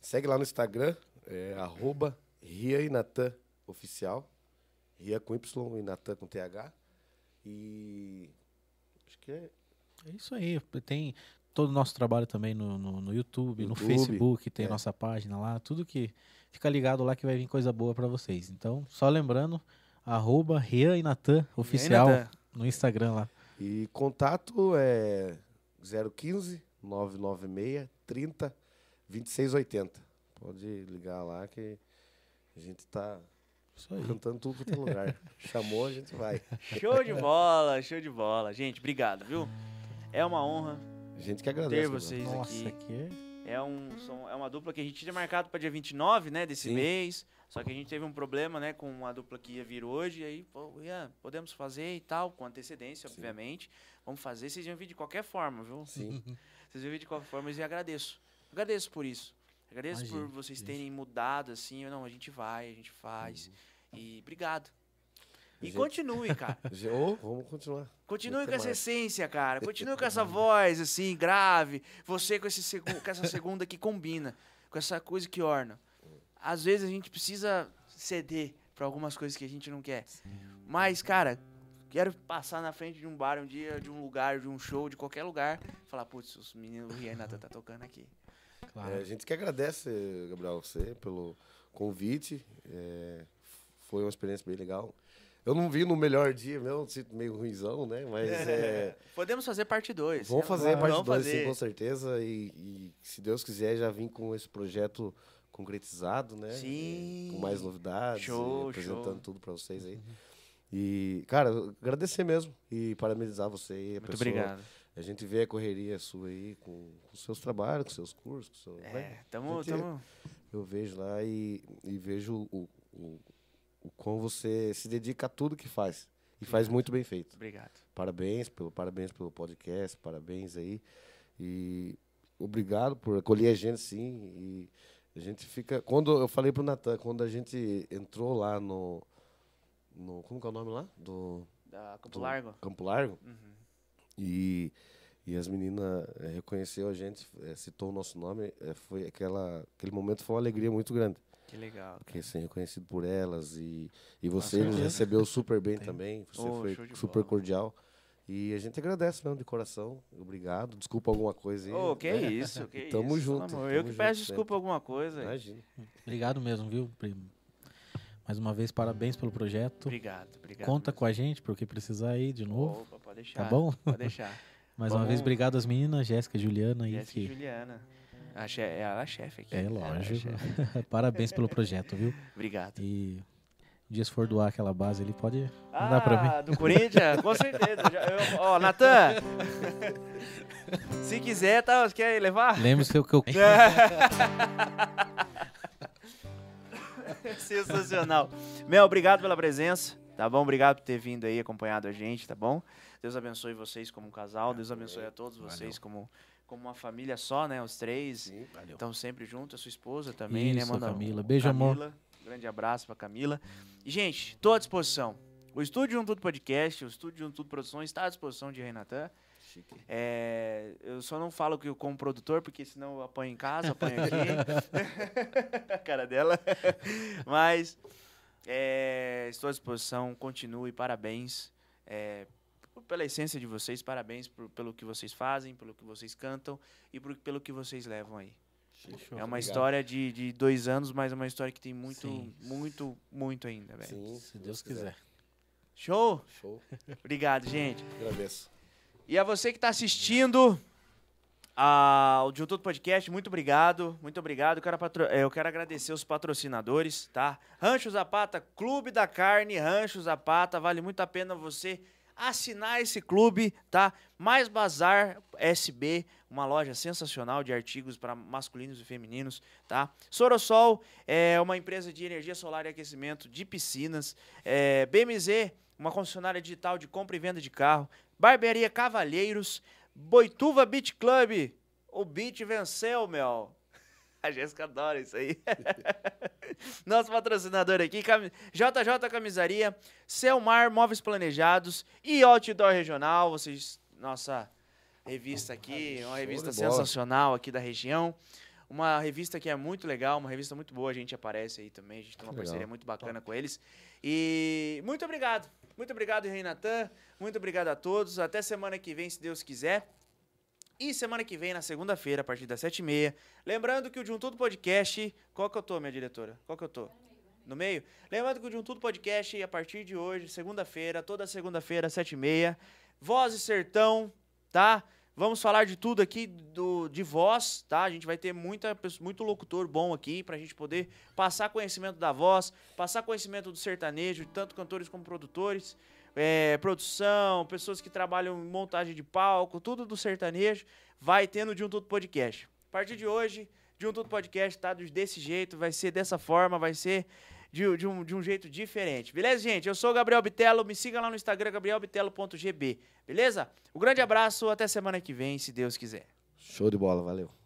Segue lá no Instagram, é arroba Ria e Natan Oficial. Ria com Y e Natan com TH. E. Acho que é. É isso aí. Tem todo o nosso trabalho também no, no, no YouTube, no YouTube, Facebook, tem é. nossa página lá, tudo que. Fica ligado lá que vai vir coisa boa pra vocês. Então, só lembrando, arroba Rian e Natan oficial E aí, Natan? no Instagram lá. E contato é 015 996 30 2680. Pode ligar lá que a gente tá Isso aí. cantando tudo quanto é lugar. Chamou, a gente vai. Show de bola, show de bola. Gente, obrigado, viu? É uma honra A gente que agradece. ter mano. vocês Nossa, aqui. que É, um, são- é uma dupla que a gente tinha marcado para dia 29, né, desse Sim. mês. Só que a gente teve um problema, né, com a dupla que ia vir hoje. Aí, pô, Ian, podemos fazer e tal, com antecedência, Sim. obviamente. Vamos fazer. Vocês iam vir de qualquer forma, viu? Sim. Vocês iam vir de qualquer forma e agradeço. Agradeço por isso. Agradeço por Imagina, vocês gente. terem mudado, assim. Não, a gente vai, a gente faz. Uhum. E obrigado. E Gente. continue, cara. Ge- Ô, vamos continuar. Continue Muito com essa mais. essência, cara. Continue com (laughs) essa voz, assim, grave. Você com, esse segu- com essa segunda que combina. Com essa coisa que orna. Às vezes a gente precisa ceder pra algumas coisas que a gente não quer. Mas, cara, quero passar na frente de um bar um dia, de um lugar, de um show, de qualquer lugar. Falar, putz, os meninos, o Rian e Natan tá tocando aqui. claro. É, a gente que agradece, Gabriel, você pelo convite. É, foi uma experiência bem legal. Eu não vi no melhor dia meu, sinto meio ruizão, né? (laughs) Mas é. Podemos fazer parte 2. Vamos fazer a parte Vamos 2, sim, fazer. com certeza. E, e se Deus quiser, já vim com esse projeto concretizado, né? Sim. E Com mais novidades. e Show, apresentando show. tudo pra vocês aí. E, cara, agradecer mesmo e parabenizar você aí. A Muito obrigado. A gente vê a correria sua aí com os seus trabalhos, com seus cursos. Com seu, né? É, tamo, Gente, tamo. Eu vejo lá e, e vejo o, o, o quão você se dedica a tudo que faz. E faz muito bem feito. Obrigado. Parabéns pelo, parabéns pelo podcast, parabéns aí. E obrigado por acolher a gente, sim. E a gente fica. Quando eu falei pro Natan, quando a gente entrou lá no. no como que é o nome lá? Do, Da Campo do Largo. Campo Largo. E, e as meninas eh, reconheceu a gente, eh, citou o nosso nome. eh, Foi aquela, aquele momento foi uma alegria muito grande Que legal. porque ser reconhecido por elas e, e você nos certeza. recebeu super bem também, você Oh, foi show de super bola. cordial e a gente agradece mesmo de coração, obrigado, desculpa alguma coisa aí. Ô, que né? isso, (laughs) que Tamo isso. pelo junto, amor. tamo Eu que junto peço sempre. desculpa alguma coisa. Imagina. Obrigado mesmo, viu? Pri? Mais uma vez, parabéns pelo projeto. Obrigado, obrigado. Conta mesmo. com a gente, porque precisar aí de novo. tá Opa, pode deixar. bom? Pode (laughs) deixar. Mais uma vamos- vez, obrigado às meninas, Jéssica e Juliana aí. Jéssica e que- Juliana. A che- Ela é a chefe aqui. É Ela a lógico. (laughs) chefe. parabéns pelo projeto, viu? Obrigado. E um dia se for doar aquela base (laughs) ali, pode mandar pra mim. Ah, do Corinthians? Com certeza. Já- eu- ó, (laughs) Natan, se quiser, tá, você quer levar? (laughs) Lembre-se que eu. É. Sensacional. Mel, obrigado pela presença, tá bom? Obrigado por ter vindo aí, acompanhado a gente, tá bom? Deus abençoe vocês como um casal, Deus abençoe a todos vocês como, como uma família só, né? Os três estão sempre juntos, a sua esposa também, né? Isso, Manda Camila. Beijo, amor. Camila, Grande abraço pra Camila. E, gente, tô à disposição. O Estúdio Junto Tudo Podcast, o Estúdio Junto Tudo Produções está à disposição de Renatan. Chique. É, eu só não falo que eu como produtor, porque senão eu apanho em casa, apanho aqui. (laughs) a cara dela. Mas é, estou à disposição, continue, parabéns. é, p- pela essência de vocês, parabéns por- pelo que vocês fazem, pelo que vocês cantam e por- pelo que vocês levam aí. Chique. é uma Obrigado. história de, de dois anos, mas é uma história que tem muito, Sim. muito, muito ainda, velho. Sim, Se Deus quiser. Show? (laughs) Show. Obrigado, gente. Agradeço. E a você que está assistindo ao De Um Todo Podcast, muito obrigado, muito obrigado. Eu quero, patro- eh, eu quero agradecer os patrocinadores, tá? Rancho Zapata, Clube da Carne, Rancho Zapata, vale muito a pena você assinar esse clube, tá? Mais Bazar SB, uma loja sensacional de artigos para masculinos e femininos, tá? Sorosol é uma empresa de energia solar e aquecimento de piscinas. É, BMZ, uma concessionária digital de compra e venda de carro. Barbearia Cavalheiros, Boituva Beach Club. O Beach venceu, Mel. (laughs) A Jéssica adora isso aí. (laughs) Nosso patrocinador aqui, cami- JJ Camisaria, Selmar Móveis Planejados e Outdoor Regional. Vocês, nossa revista aqui, uma revista Ah, de bola. sensacional aqui da região. Uma revista que é muito legal, uma revista muito boa. A gente aparece aí também, a gente tem uma Que legal. parceria muito bacana com eles. E muito obrigado. Muito obrigado, Renatan. Muito obrigado a todos. Até semana que vem, se Deus quiser. E semana que vem, na segunda-feira, a partir das 7h30. Lembrando que o Juntudo Podcast. Qual que eu tô, minha diretora? Qual que eu tô? No meio? Lembrando que o Juntudo Podcast, a partir de hoje, segunda-feira, toda segunda-feira, 7h30. Voz e Sertão, tá? Vamos falar de tudo aqui do, de voz, tá? A gente vai ter muita, pes- muito locutor bom aqui pra gente poder passar conhecimento da voz, passar conhecimento do sertanejo, tanto cantores como produtores, é, produção, pessoas que trabalham em montagem de palco, tudo do sertanejo, vai tendo de um todo podcast. A partir de hoje, de um todo podcast tá do- desse jeito, vai ser dessa forma, vai ser de, de um, de um jeito diferente. Beleza, gente? Eu sou o Gabriel Bitelo, me siga lá no Instagram, gabrielbitelo.gb, beleza? Um grande abraço, até semana que vem, se Deus quiser. Show de bola, valeu.